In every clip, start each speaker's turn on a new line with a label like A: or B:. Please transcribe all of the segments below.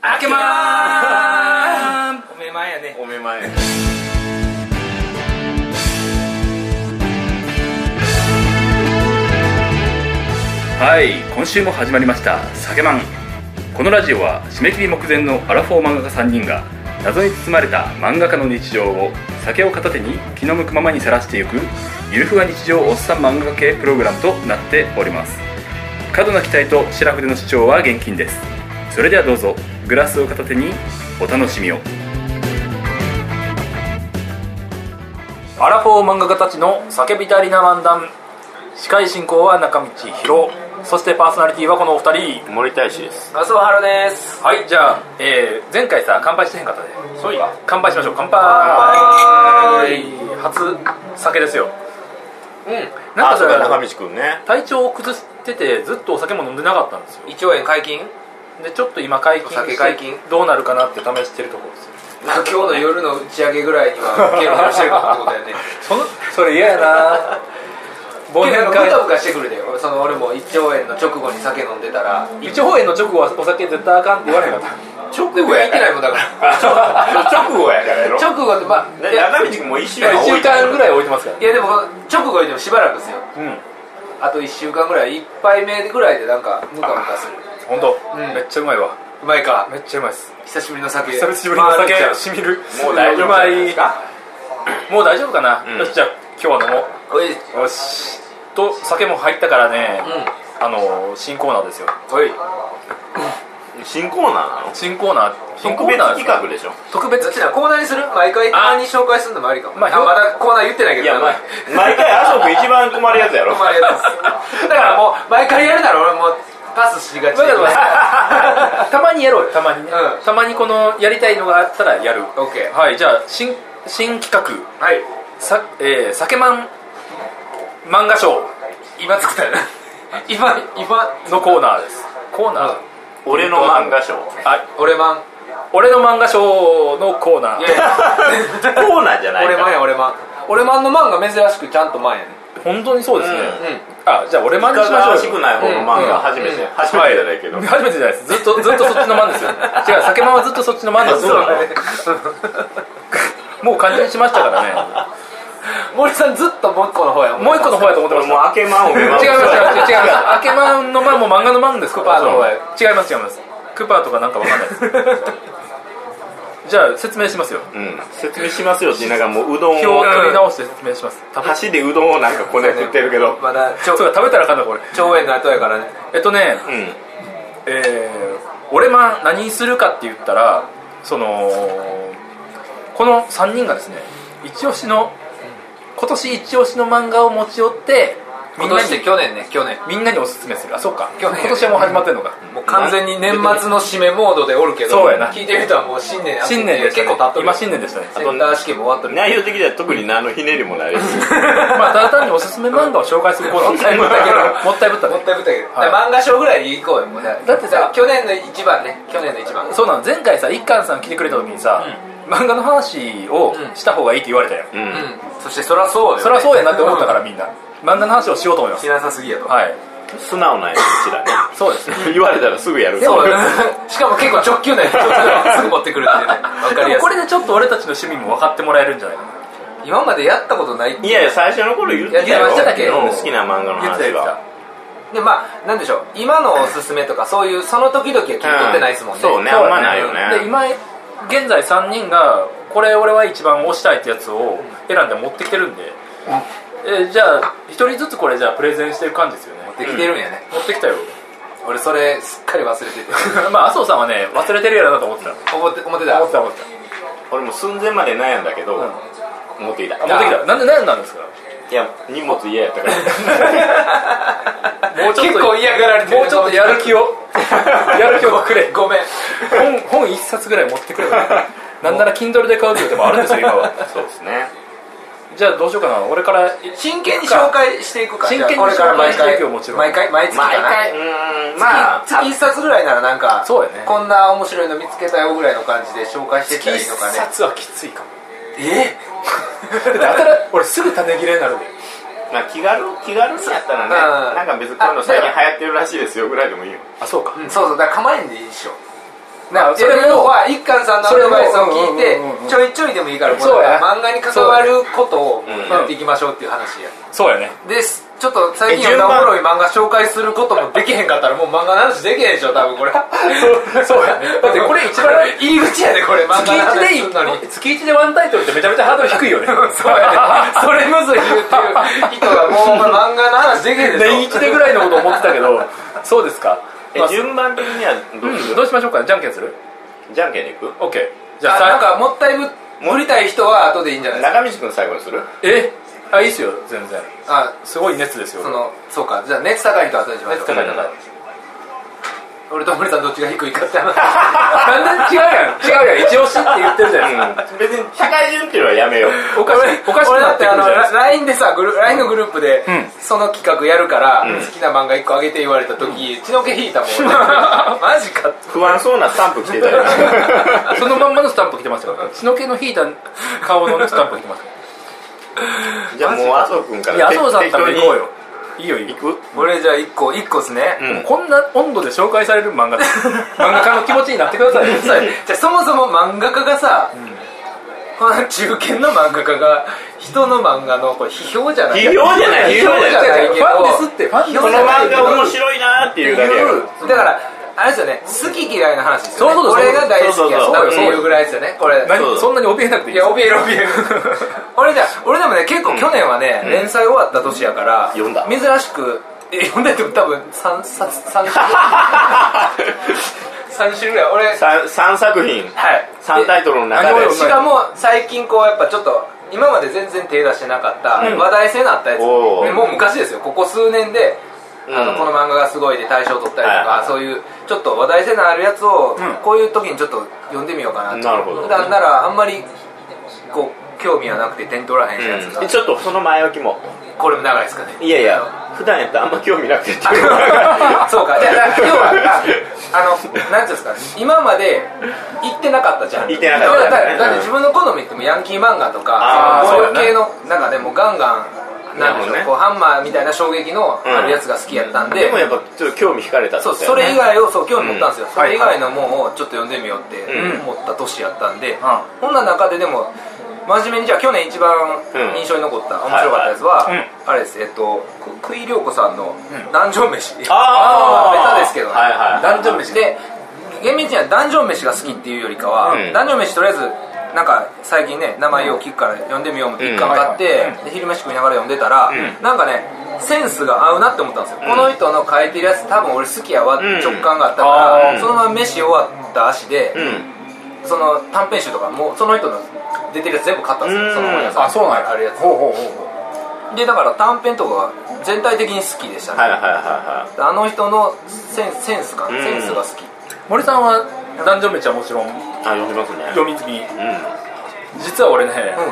A: あけまー
B: おめ前やね
C: おめまえ
A: はい今週も始まりました「酒マン」このラジオは締め切り目前のアラフォー漫画家3人が謎に包まれた漫画家の日常を酒を片手に気の向くままにさらしていくゆるふわ日常おっさん漫画家系プログラムとなっております過度な期待と白筆の主張は厳禁ですそれではどうぞグラスを片手にお楽しみをアラフォー漫画家たちの叫びたりな漫談司会進行は中道博そしてパーソナリティはこのお二人
C: 森大志です
B: 麻生春です
A: はいじゃあ、えー前回さ乾杯してへんかったね
C: そうい
A: 乾杯しましょう乾杯初酒ですよ
B: うん
A: なん
C: あ
A: か
C: そうだ中
A: さ
C: 道くんね
A: 体調を崩しててずっとお酒も飲んでなかったんですよ
B: 胃腸炎解禁
A: でちょっと今解禁して
B: お酒解禁
A: どうなるかなって試してるところですよ
B: まあ今日の夜の打ち上げぐらいにはゲロ出してるってことだ よね
A: そのそれ嫌や な忘
B: け
A: 年
B: ど
A: 会
B: ブカブカしてくるでその俺も胃腸炎の直後に酒飲んでたら
A: 一応応援の直後はお酒絶対あかんって言われへんかった
B: 直後やいてないもんだから
C: 直後やからやろ
B: 直後ってまあいや
C: 中道くんも一週
A: 1
C: 間多
A: 週
C: いから
A: 間ぐらい置いてますから
B: いやでも直後よりもしばらくですよ
A: うん
B: あと1週間ぐらい1杯目ぐらいでなんかムカムカする
A: 本当、
B: うん
A: めっちゃうまいわ
B: うまいか
A: めっちゃうまいです
B: 久しぶりの酒
A: 久しぶりのお酒
B: まあ
A: しみる
C: もう大丈夫
A: うまいもう大丈夫かな、
C: うん
A: よしじゃあ今日は飲も
B: おいう
A: よしと酒も入ったからね、
B: う
A: あの新コーナーですよ
B: んおい
C: 新コーナーなの
A: 新コーナー新コ
C: 特
A: ー
C: 別
A: ナー
C: 企画でしょ
A: 特
B: ど
A: 別
B: っちだコーナーにする毎回たまに紹介するのもありかも、
A: ま
B: ま
A: あ
B: あ、まだコーナー言ってないけど
C: いや
B: ま
C: まあ毎回麻生君一番困るやつや ろ
B: あやつですだからもう毎回やるなら俺もうパスしがち
A: だけどねたまにやろうよたまにね、
B: うん
A: たまにこのやりたいのがあったらやる
B: オッケー
A: はいじゃあ新新企画
B: はい
A: さ、えー、酒まん漫画賞
B: 今作った よな今今
A: のコーナーですコーナー、
B: うん
C: 俺の漫 画賞
A: あ
B: 俺マン
A: 俺の漫画賞のコーナー
B: い やいや
C: コーナーじゃないか
B: 俺
C: ら
B: マンや俺マン俺マンのマンが珍しくちゃんとマンやね
A: 本当にそうですね、
C: うん
B: う
A: あじゃあ俺漫
C: い
A: 画
C: か
A: し
C: が
A: ま
C: ら
A: し
C: し
A: ょうよ
C: くない方の漫画初め
B: うん
C: て初めてじゃないけど
A: 初めてじゃないですずっとずっとそっちのマンです よ違う酒まんはずっとそっちのマンです
C: そうなの
A: もう完全にしました からね
B: ん 森さんずっともう一個の方や
A: もう一個の方やと思ってま
C: 俺
A: し
C: もう
A: た
C: 明けまんを見ま
A: 違います違います違い ますあけまんのマンも漫画のマンですクーパーの方や違います違いますクーパーとかなんかわかん ないですじゃあ説明しますよ
C: うん説明しますよって言いながらもううどん
A: 表を
C: を
A: 取り直して説明します食べ
C: 箸でうどんをなんかこねくってるけど
B: まだ腸
A: そうか食べたらあかんなこれ
B: 腸炎の後やからね
A: えっとね
C: うん
A: えー俺まあ何するかって言ったらそのこの3人がですね一押しの今年一押しの漫画を持ち寄ってみ
B: 今
A: んな
B: 年って
A: に
B: 去年ね去年
A: みんなにおすすめするあそうか
B: 去
A: 今
B: 年
A: 年はもう始まってんのか
B: もう完全に年末の締めモードでおるけど
A: そうやな
B: 聞いてみたらもう新年
A: 新年でした、ね、
B: 結構経っとる
A: 今新年でしたね
B: センター試験も終わっとる
C: 内容的には特に何のひねりもないです
A: まあただ単におすすめ漫画を紹介す るコーナーもったいぶったけどもったいぶったね
B: もったいぶったけど、
A: はい
B: 漫画賞ぐらいで行こうよもうだ
A: だってさ
B: 去年の一番ね去年の一番
A: そうなの前回さ一貫さん来てくれた時にさ、漫画の話をした方がいいって言われたよ、
C: う
B: うんんそしてそらそうよ、ね、
A: そりゃそうやなって思ったからみんな漫画の話をしようと思いま
B: し
A: す
B: なさすぎやと
A: はい
C: 素直なんやうちらね
A: そうです
C: 言われたらすぐやる
B: そうう しかも結構直球なやつすぐ持ってくるっていうねわかり
A: で
B: や
A: も
B: す
A: こ
B: い
A: れでちょっと俺たちの趣味も分かってもらえるんじゃないかな
B: 今までやったことない
C: いやいや最初の頃言ってた
B: いや
C: よ
B: 言ってたっけ
C: うん好きな漫画の
A: 言ってた
C: 話
A: 言って
C: は
B: でまあなんでしょう今のおすすめとかそういうその時々は聞い取ってないですもんね、
C: うんそうね
A: た
C: あんまないよね
A: で今現在3人がこれ俺は一番推したいってやつを選んで持ってきてるんで、えじゃあ1人ずつこれじゃあプレゼンしてる感じですよね
B: できてるんやね、
A: 持ってきたよ
B: 俺それすっかり忘れてて
A: まあ麻生さんはね忘れてるやろなと思ってた
B: 思って思ってた
A: 思ってた思って
C: 俺も寸前まで悩んだけど
A: ん
C: 持ってきた
A: た持ってきたなんで悩んだんですか
C: いや荷物嫌やった から
A: もうちょっと
B: 結構嫌がられてる
A: もうちょっとやる気をやる気をくれ
B: ごめん
A: 本本1冊ぐらい持ってくればなんなら Kindle で買うっていう手もあるんですよ今は
C: そうですね
A: じゃあどうしようかな俺から
B: 真剣に紹介していくか
A: 真剣に
B: じゃあこれから毎
A: 紹介してい
B: 回
A: くよもちろん
B: 毎回毎月か
C: 毎
B: な
C: 回うーんまあ
B: 月月一冊ぐらいならなんか
A: そうやね
B: こんな面白いの見つけたよぐらいの感じで紹介していったらいいのかね
A: 冊はきついかも
B: え
A: だって当たら俺すぐ種切れになるで
C: まあ気軽気軽にやったらね
B: うん
C: なんか別にこういうの最近流行ってるらしいですよぐらいでもいいよ
A: あそうか
B: うんそうそうだから構えんでいいっしょな
A: それを
B: 要は一貫さんのアドバイスを聞いて
A: それをうんうんうんうん
B: ちょいちょいでもいいからこ
A: そう
B: の
A: や
B: 漫画に関わることを
C: ん
B: やっていきましょうっていう話や
D: そうやね
B: ですちょっと最近読んだおもろい漫画紹介することもできへんかったらもう漫画の話できへんでしょ多分これ
A: そうそうやねだってこれ一番
B: 入り口やでこれ漫
A: 月
B: 画の話す
A: 一
B: るのに
A: で月一でワンタイトルってめちゃめちゃハードル低いよね
B: そうやね それむずい言うてる人がもう漫画の話できへんでしょ
A: 年一でぐらいのこと思ってたけどそうですか、
C: え
A: まあ
C: 順番的にはどうす
A: うん
C: る
A: どうしましょうかじゃんけんする
C: じゃんけんでいく
A: ?OK じ
B: あ
A: ゃあさ
B: なんかもったいぶ盛りたい人は後でいいんじゃないですか
C: 中道君最後にする
A: えあいいっすよ全然
B: あ
A: すごい熱ですよ
B: そのそうかじゃあ熱高い人は後にしましょう
A: 熱高い
C: うん
B: 俺と森さんどっちが低いかって話
A: なんで違うやん違うやん一押しって言ってるじゃないですか
C: うん別に高い順っていうのはやめよう
A: おかしいおかしく
B: 俺
A: な
B: だ
A: っ
B: ってて
A: くる
B: あ
A: じゃ
B: の
A: ないですか
B: LINE でさグル LINE のグループで、
D: ん
B: その企画やるから、
C: うん
B: 好きな漫画1個あげて言われた時、血の毛引いた もんマジかって
C: 不安そうなスタンプ来 てたよ
A: そのまんまのスタンプ来てますから血の気の引いた顔のスタンプ来てますか
C: じゃあもう麻生君からら
A: いや麻生さんのために行こうよいいよいい
C: 適
A: よ
C: 当に行く
B: 俺じゃあ1個1個っすね、
C: うん
A: こんな温度で紹介される漫画漫画家の気持ちになってくだ さい よ
B: そうやじゃあそもそも漫画家がさ、この中堅の漫画家が人の漫画のこれ批評じゃない
C: 批評じゃない
B: 批評じゃないけど
A: ファンですってファンです
C: この漫画面白いなーっていうだけやから
B: だからあれですよね好き嫌いの話ですよ、ね、
A: そうそうそう
B: 俺が大好きやったって
C: そうそうそう
B: いうぐらいですよねこれ
A: 何
C: そう
A: そんなに怯えなくてい
B: い
A: いです
B: や怯える怯え る俺じゃ俺でもね結構去年はね、連載終わった年やから
C: 読んだ
B: 珍しくえ読んだって多分3冊3種三種 ぐらい俺はい
C: 三三作品三タイトルの中
A: 何を
C: で
A: 読んだ
B: しかも最近こうやっぱちょっと今まで全然手出してなかった話題性のあったやつ、
C: おー
B: もう昔ですよここ数年で、あ
C: う
B: の
C: ん
B: この漫画がすごいで大賞取ったりと
C: はい
B: か、そういうちょっと話題性のあるやつを、
A: うん
B: こういう時にちょっと読んでみようかなって
C: なるほど
B: 普段ならあんまりこう興味はなくて点取らへんやつが、
C: うんちょっとその前置きも
B: これも長いですかね
C: いやいや普段やったらあんま興味なくてっていう
B: あ そうかじゃあだから要はああのなんていうんですか今まで行ってなかったじゃん
C: 行ってなかった
B: だらだって自分の好みってもうヤンキー漫画とか
C: あー
B: そういう
A: そう
B: 系の中でもうガンガンなんでしょう、
C: なるほどね
B: こうハンマーみたいな衝撃のあるやつが好きやったんで、
C: でもやっぱちょっと興味惹かれたって
B: そ
C: こ
B: う
C: とだ
B: そ
C: よ
B: れ
C: ね
B: 以外をそう興味持ったんですよ、
C: うん
B: それ以外のもんをちょっと読んでみようって
C: うん
B: 思った年やったんで、こんな中ででも真面目にじゃあ去年一番
C: うん
B: 印象に残った、面白かったやつは、
D: はいはい
B: あれですえっとく久井涼子さんの「ダンジョン飯」
C: あー
B: ベタですけど、
C: はいはい
B: ダンジョン飯で厳密にはダンジョン飯が好きっていうよりかは、
C: うん
B: ダンジョン飯とりあえずなんか最近ね名前よう聞くから読んでみようも一巻買って、で昼飯食いながら読んでたら、
C: ん
B: なんかねセンスが合うなって思ったんですよ、この人の書いてるやつ多分俺好きやわって
C: うん
B: 直感があったから、
C: あー
B: そのまま飯終わった足で、
C: うん
B: その短編集とかもうその人の出てるやつ全部買ったんですよ、
C: うん
B: その本屋さん
A: あそうなんや
B: あるやつ
A: ほうほうほうほ
B: でだから短編とかが全体的に好きでしたね、
C: はいはいはいは
B: あの人のセンセンスかな、
C: うん
B: センスが好き
A: う森さんは男女飯はもちろん
C: いあ読みますね
A: 読み済み
C: う
A: 実は俺ね、
B: う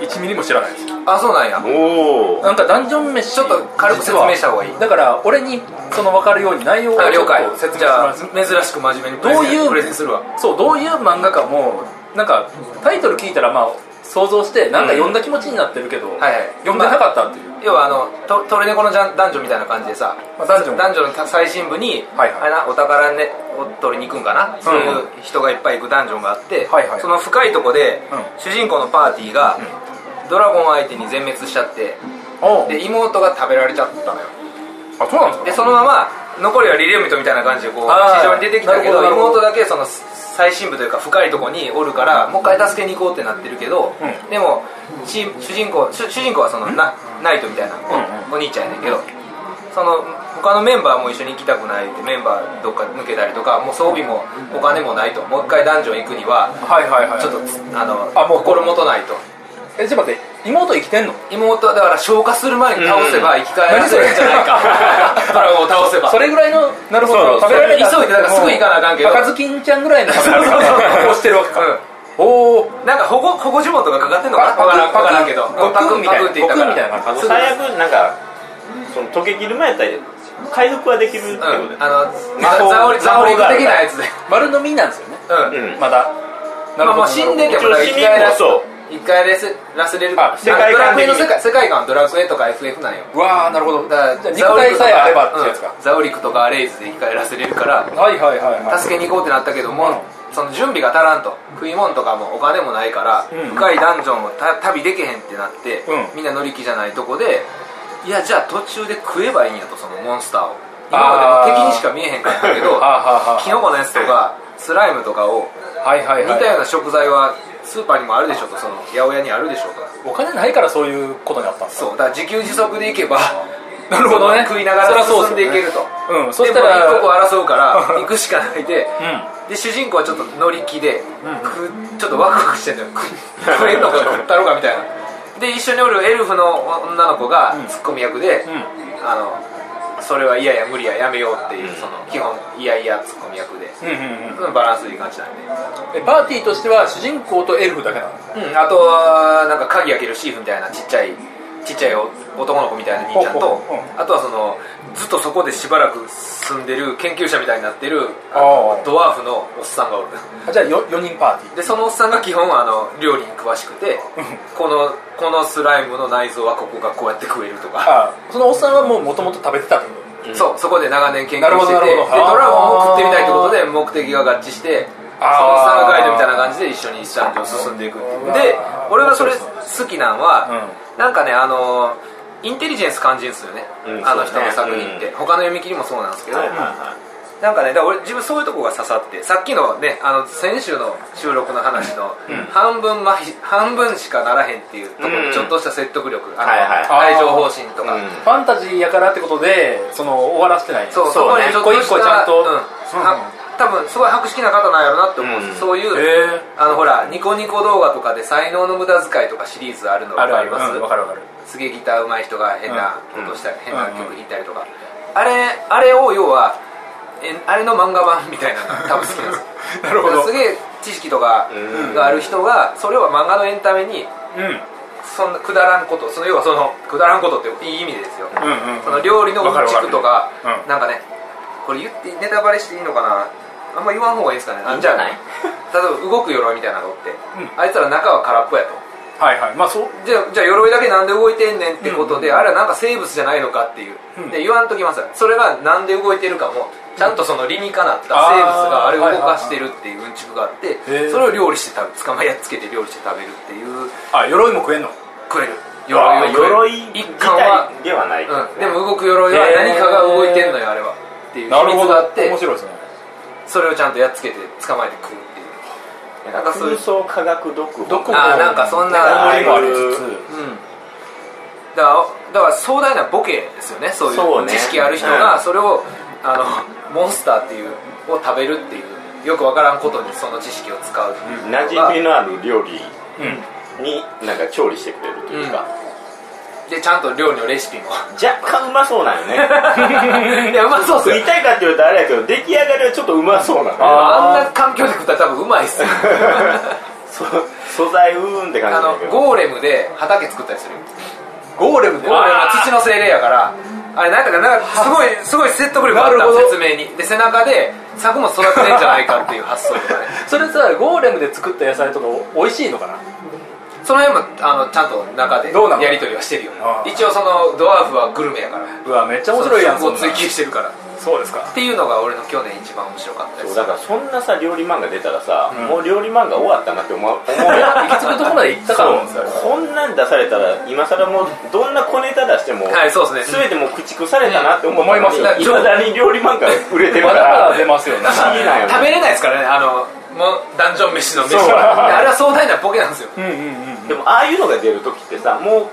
A: 1ミリも知らないです
B: んあそうなんや
C: んおお
A: なんかダンジョン飯
B: ちょっと軽く説明した方がいい
A: だから俺にその分かるように内容を
B: あ
A: ち
B: 了
A: ょっと
B: 解
A: 説明し
B: じゃ
A: ま
B: あ
A: す
B: 珍しく真面目にプレ
A: どう
B: ゼン
A: いう
B: プレゼンするわ
A: そうどういう漫画かもなんかタイトル聞いたらまあ想像してなんか読んだ気持ちになってるけど、
B: はいはい
A: 読んでなかったっていう、
B: 要はあのとトルネコのジャン男女みたいな感じでさ
A: まあダンジョン
B: 男女の最新部に、
A: はい
B: あ
A: はい
B: れなお宝ねを取りに行くんかな、そういう人がいっぱい行くダンジョンがあって、
A: はいはい
B: その深いとこで、
A: うん
B: 主人公のパーティーが、ドラゴン相手に全滅しちゃって
A: おう
B: で妹が食べられちゃったのよ
A: あそうなん
B: で
A: で
B: すそのまま残りはリリウムとみたいな感じでこう
A: あー
B: 地上に出てきたけど
A: なるほ
B: 妹
A: どなるほど
B: だけその最深部というか深いとこにおるからもう一回助けに行こうってなってるけど、
A: うん
B: でもチ主人公主主人公はそのなナイトみたいな
A: う
B: お,、兄ちゃんやねんけどその他のメンバーも一緒に行きたくないってメンバーどっか抜けたりとかもう装備もお金もないともう一回ダンジョン行くには
A: かはいはいはい
B: ちょっとあの
A: あもう
B: 心もとないと
A: えちょっと待って妹生きてんの
B: 妹はだから消化する前に倒せば生き返らせるんじゃ ない かドラゴンを倒せば
A: それぐらいのなるほ
C: そ
A: ど
C: うそう
A: 食べられた
B: 急いでだからすぐ行かなあかんけど
A: バカズキンちゃんぐらいの食べられ
B: そうそうそう
A: 方をしてるわけか、おお
B: なんか保護保護呪文とかかかってんのかな
A: パ
B: パカ
A: ク
B: ラパカラけど
A: パク
B: パクン
A: みたいな
B: パクンって言ったから
A: パクンみたいな
C: あ
A: 感
C: の
B: すぐ
C: 最悪なんかその溶けきる前やったら海賊はできるってことだよね
B: うんあ
C: 魔法
B: のザオリザオリグ的なやつで
A: 丸飲みなんですよね
B: うん
C: うん
A: まだ
B: まあまあ死んでて
C: 一
B: も
C: 応
B: だから生
C: 市
B: き
C: 民
B: 返ら
C: も
B: せ
C: そう
B: 一回レスラスレル
A: あ
C: 世界
B: ドラ
C: 観
B: ク
C: 的
B: エ
C: に
B: の世界世界観はドラクエとか FF なんよ
A: うわーなるほど
B: だから
A: じゃあ肉体さえあればってやつか
B: うんザオリクとかアレイズで一回ラスレルから
A: はいはいはいはい
B: 助けに行こうってなったけども、その準備が足らんと食い物とかもお金もないから、
A: うん
B: 深いダンジョンをた旅できへんってなって、
A: うん
B: みんな乗り気じゃないとこでいやじゃあ途中で食えばいいんやとそのモンスターを今ま
A: あー
B: でも敵にしか見えへんかったけど
A: あーはーはー
B: キノコのやつとかスライムとかを
A: はいはい
B: 似
A: はい
B: たような食材はスーパーにもあるでしょとその八百屋にあるでしょと
A: お金ないからそういうことになったんです
B: そうだから自給自足でいけば
A: なるほどね
B: 食いなが
A: そり
B: ら
A: ゃそうっす
B: 進
A: よ
B: ん
A: ね
B: でいけると
A: うんそしたら
B: でも一刻を争うから行くしかないで、
A: うん
B: で主人公はちょっと乗り気で、
A: ん
B: くちょっとワクワクしてんのよく食えんのか食ったろかみたいなで一緒におるエルフの女の子がツッコミ役で、
A: ん
B: あのそれはいやいや無理ややめようっていう、その基本いやいやツッコミ役で、
A: うんうんうん
B: うんバランスいい感じなんで、
A: えパーティーとしては主人公とエルフだけなの
B: うん、あとはなんか鍵開けるシーフみたいなちっちゃいちっちゃいお男の子みたいな兄ちゃん
A: ほう
B: と
A: ほうう
B: あとはそのずっとそこでしばらく住んでる研究者みたいになってるあ
A: あ
B: の
A: ー
B: ドワーフのおっさんがおる
A: あじゃあ 4, 人パーティー
B: でそのおっさんが基本あの料理に詳しくてこのこのスライムの内臓はここがこうやって食えるとか
A: あそのおっさんはもうもともと食べてたってこ
B: そうそこで長年研究
A: なるほ
B: し
A: ど
B: ててで
A: なるほど
B: ドラゴンを食ってみたいってことで目的が合致してそのサ
A: あー
B: ーガイドみたいな感じで一緒に一段上進んでいくっていうで俺がそれ好きなんは、なんかねあのーインテリジェンス感じるんですよね、
C: うん
B: あの人
C: そう
B: の
C: ね
B: 作品って、
C: う
B: 他の読み切りもそうなんですけど、
C: はいはいは
B: なんかねだから俺自分そういうとこが刺さってさっきのねあの先週の収録の話の、半分麻痺半分しかならへんっていうところにちょっとした説得力、あの
C: はいはい
B: 帯状疱疹とか、
C: うん
A: とファンタジーやからってことでその終わらせてない
B: そう、そ
C: そう
B: こに
C: ね
B: ちょっと
A: 一個一個ちゃんと
B: うんは多分すごい博識な方なんやろなって思う、
C: うん
B: そういう、
A: へえ
B: あのほらニコニコ動画とかで才能の無駄遣いとかシリーズあるの
A: あ
B: 分
A: る
B: か
A: あ
B: り
A: る
B: ます、
A: うんわかるわかる
B: すげえギター上手い人が変なことしたり、
A: ん
B: 変な曲弾いたりとか、あれあれを要はえあれの漫画版みたいなの が多分好きなんです
A: なるほど
B: だからすげえ知識とか
C: うん
B: がある人がそれを漫画のエンタメに
A: うんうん
B: そんなくだらんことその要はそのくだらんことっていい意味でですよ、
A: うんうん
B: その料理のうんちくとか
A: わかるわかるうん
B: なんかねこれ言ってネタバレしていいのかなあんま言わん方がいいんですかねあ
C: いいんじゃない
B: 例えば動く鎧みたいなのがおって、
A: ん
B: あいつら中は空っぽやと
A: はいはいまあそう
B: じゃあじゃあ鎧だけなんで動いてんねんってことで、あれはなんか生物じゃないのかっていう、
A: うん
B: で言わんときますよそれがなんで動いてるかもちゃんとその理にかなった生物があれを動かしてるっていううんちくがあって
A: はいはいはい
B: それを料理して食べ捕まえやっつけて料理して食べるっていう
A: あ鎧も食えんの
B: 食える
C: 鎧
B: を食える
C: 自
B: 一貫は
C: 体ではないけどね
B: うん、でも動く鎧は何かが動いてんのよあれはっていう秘密があって
A: 面白いですね
B: それをちゃんとやっつけて捕まえて食うっていうなんかそうい
C: 空
B: う
C: 想科学毒語
A: どこ
B: あーなんかそんな
A: 守りもありつつ
B: うんだからだから壮大なボケですよねそう
C: そ
B: いうう
C: ね
B: 知識ある人がそれを、あのモンスターっていうを食べるっていうよくわからんことにその知識を使うっていうのが
C: 馴染みのある料理
A: うん
C: になんか調理してくれるというか、
B: でちゃんと料理のレシピも
C: 若干うまそうなんよ ね
B: いやうまそうっす
C: 食い
B: よ
C: たいかって言うとあれやけど出来上がりはちょっとうまそうなのよ
A: あー
B: あんな環境で食ったら多分うまいっすよ
C: そ素材うーんって感
B: あ
C: じだけ
B: の
C: ど
B: ゴーレムで畑作ったりするよ
A: ゴーレムで
B: ゴーレムは土の精霊やからあれなんかなんかすごいすごい説得力あっ
A: な
B: た
A: るほど
B: 説明にで背中で作物育ててんじゃないかっていう発想とかね
A: それさゴーレムで作った野菜とか美味しいのかな
B: その辺もあのちゃんと中で
A: どうなの
B: やり取りはしてるよ
A: ああ
B: 一応そのドワーフはグルメやから
A: うわめっちゃ面白いやん
B: その食を
A: そんな
B: 追求してるからっ
A: そうですか
B: ていうのが俺の去年一番面白かったで
C: そう
B: す
C: だからそんなさ料理漫画出たらさ、
A: うん
C: もう料理漫画終わったなって思う思うやん
A: 行き着くとこまで行ったからなんですよ
C: こんなん出されたら今更もうどんな小ネタ出しても、
B: はいそうですね
C: 全てもう駆逐されたなって思う
A: うん思います
C: いまだに料理漫画売れてるか
A: まだま
C: ら
A: だ出ますよね
C: 不思議なんよね
B: 食べれないですからねあのもうダンジョン飯の飯
C: そう
B: はあれは壮大なボケなんですよ
A: うんうんうん
C: でもああいうのが出る時ってさもう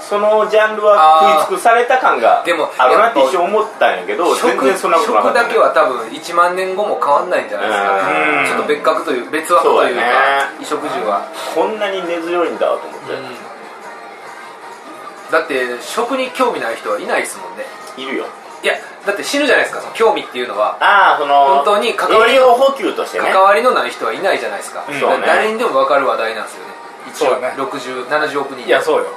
C: そのジャンルは食い尽くされた感があ
B: でも
C: るなって一瞬思ったんやけど
B: 食
C: 全然そんなことなか
B: 食
C: った
B: だけは多分1万年後も変わんないんじゃないですか
C: うん
B: ねちょっと別格という別枠という
C: そう
B: か
C: だね
B: 衣食住は
C: こんなに根強いんだと思って、
B: だって食に興味ない人はいないですもんね
C: いるよ
B: いやだって死ぬじゃないですかその興味っていうのは
C: ああその
B: 本当に関わり
C: 栄養補給としてね
B: 関わりのない人はいないじゃないですか,、
C: うん
B: 誰にでも分かる話題なんですよね一
A: そうだね
B: 応6070億人
A: いやそうよ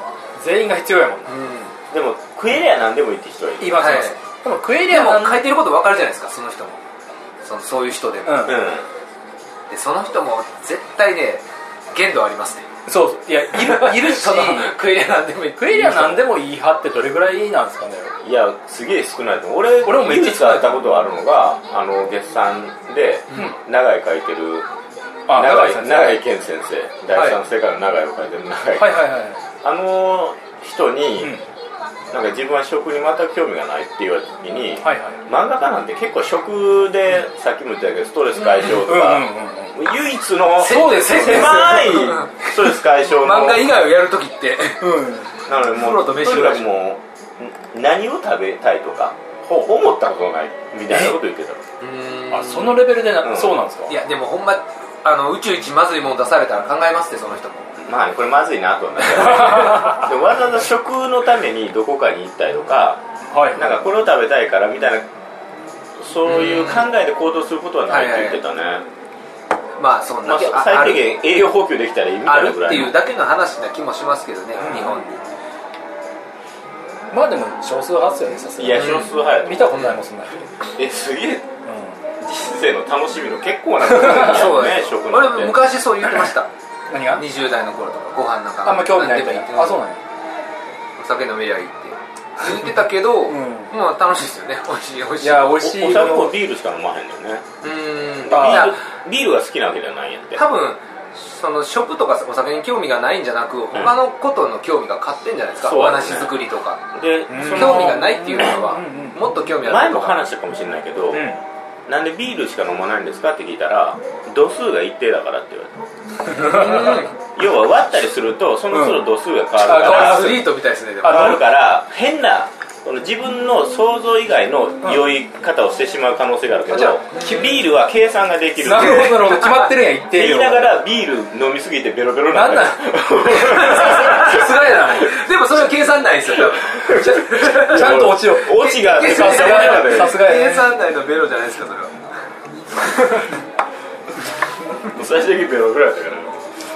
A: 全員が必要やもんな
B: うん
C: でも食えりゃ何でもいいって人はいる
A: 言います
B: はい
A: 言いますでもクエリ
B: で
A: アも
B: も書いてること分かるじゃないですかその人もそのそういう人でも、
A: うん
C: うん
B: でその人も絶対ね限度ありますね
A: そうそういや いるいるし
B: そのクエリアなんでもいい
A: クエリアなんでもいい派ってどれぐらいなんですかね
C: いやすげえ少ないと思う俺
A: 俺もめっちゃ
C: 唯一会ったことあるのがあの月産で長井書いてる、
A: あ
C: 長
A: 長
C: 井
A: 井
C: 長
A: 先
C: 井
A: 生
C: 健先生第三世界の長井を書いてる長井、
A: はいはいはい
C: あの人に、
A: うん
C: なんか自分は食に全く興味がないって言われた時に、
A: はいはい
C: 漫画家なんて結構食で、さっきも言ったけどストレス解消とか、
A: うんうんうん
C: 唯一の
A: そうですよね
C: 狭いストレス解消の
B: 漫画以外をやるときって
A: うん
C: なのでも
B: プロ
C: う
B: と
C: とに
B: 飯ぐ
C: から
B: い
C: くもうん何を食べたいとか思ったことがないみたいなこと言ってた
A: あそのレベルでな、
C: うん
A: そうなんですか
B: いやでもほんまあの宇宙一まずいもん出されたら考えますってその人も
C: まあねこれまずいなとはな ったでもわざわざ食のためにどこかに行ったりとか
A: はい
C: なんかこれを食べたいからみたいなそういう考えで行動することはないって言ってたね、
B: まあそんな、
C: まあ、
B: ああ
C: 最
B: る
C: 低限栄養補給できたらいいみ
B: あ
C: たい
B: る
C: な
B: っ
C: ぐら
B: て
C: い
B: い
C: の
B: うだけの話な気もしますけどね、日本に
A: まあでも少数派っすよねさすが
C: い
A: に
C: や少数派や
A: 見たことないもんそんな人
C: えすげえ
A: うん
C: 人生の楽しみの結構なことだ
B: そう
C: ね
B: です
C: 食
B: 俺
C: なんて
B: 昔そう言ってました
A: 何が
B: 20代の頃とかご飯なんか
A: あんま興味ないみたい
B: んでも
A: なあそうなんや
B: お酒飲めりゃいいって言ってたけど、
A: ん
B: まあ楽しいですよね 美味しい美味しい
A: いや美味しい
C: おお酒もビールしか飲まへんのね
B: うーんい
A: あ
C: ビール
B: や
C: ビールが好きなわけじゃないんやって
B: 多分そのショップとかお酒に興味がないんじゃなく他のことの興味が勝ってんじゃないですか、
C: そう
B: お
C: だね
B: 話作りとか
C: で
A: ん
C: そ
B: 興味
C: の
B: がないっていうのは、
A: うんうんうん
B: もっと興味ある
C: 前も
B: ことが
C: 話したかもしれないけど、
A: うん
C: なんでビールしか飲まないんですかって聞いたら度数が一定だからって言われた要は割ったりするとその都度度数が変わるか
A: うんあ変わる
C: ら、
B: アスリートみたいですねでも
A: あ
C: 変わるから変なその自分の想像以外の酔い方をしてしまう可能性があるけど、
A: じゃあ
C: ビールは計算ができる
A: なるほどなるほど決まってるやん一
C: って
A: 定
C: 言
A: 量
C: いながらビール飲みすぎてベロベロ
A: なんなん
C: だよ
B: さすがやなでもそれは計算ないですよ多分
A: ちゃんと落ちろ
C: 落ちがあって
B: さすがや
C: なので
A: さすがやね
B: 計算内のベロじゃないですかそれは
C: 最終的にベロベロやっ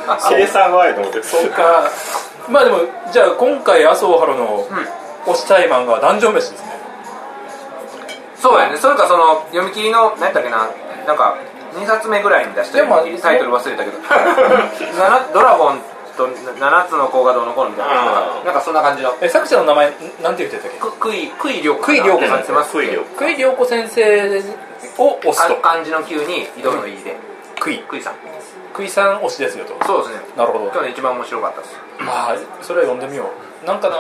C: たから計算はあると思ってそう
A: かまあでもじゃあ今回麻生ハロの推したい漫画は男女飯ですね
B: そうやねそれかその読み切りの何やったっけななんか2冊目ぐらいに出した
A: でも
B: 読み切りタイトル忘れたけ ど「七ドラゴンと7つの子がどうのこうの」みたいな
C: あー
B: なんかそんな感じの
A: え作者の名前んなんて言ってたっけ
B: くくいくいりょうこ
A: くいりょうこ
B: さんってます
C: 食い量
A: クイ涼子先生を推す
B: あ
A: と
B: 漢字の9に井戸のいいで
A: クイ
B: くいさん
A: クイさん推しですよと
B: そうですね
A: なるほど
B: 去年一番面白かったです
A: まあそれは読んでみようなんかな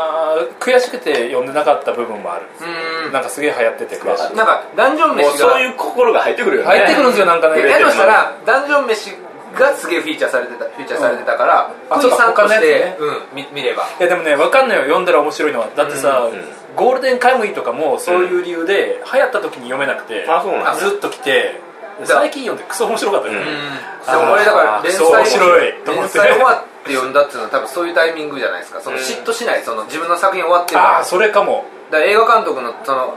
A: 悔しくて読んでなかった部分もある
B: うーん
A: なんかすげえ流行ってて悔しい
B: なんかダンジョン
C: もう
B: 飯
C: そう
B: が
C: いう心が入ってくるよね
A: 入ってくるんですよなんかね
C: 売れ
B: だ
C: てる
B: としたらダンジョン飯がすげえフィーチャーされてたフィーチャーされてたから、
A: あ
B: クイさんとし
A: そう
B: て
A: か他、
B: うん見見れば
A: いやでもね分かんないよ読んだら面白いのはだってさ、
C: うんうん
A: ゴールデンカムイとかもそういう理由で、流行った時に読めなくて
C: あそうなんだ
A: ずっと来てで
B: じゃあ
A: 最近読んでクソ面白かったよね、
C: うん
B: でも俺だから連載
A: そう面白いと思
B: 連
A: って
B: 載終わって読んだっていうのは多分そういうタイミングじゃないですかその
C: うん
B: 嫉妬しないその自分の作品終わってる
A: ああ
B: か
A: それかも
B: ら映画監督のその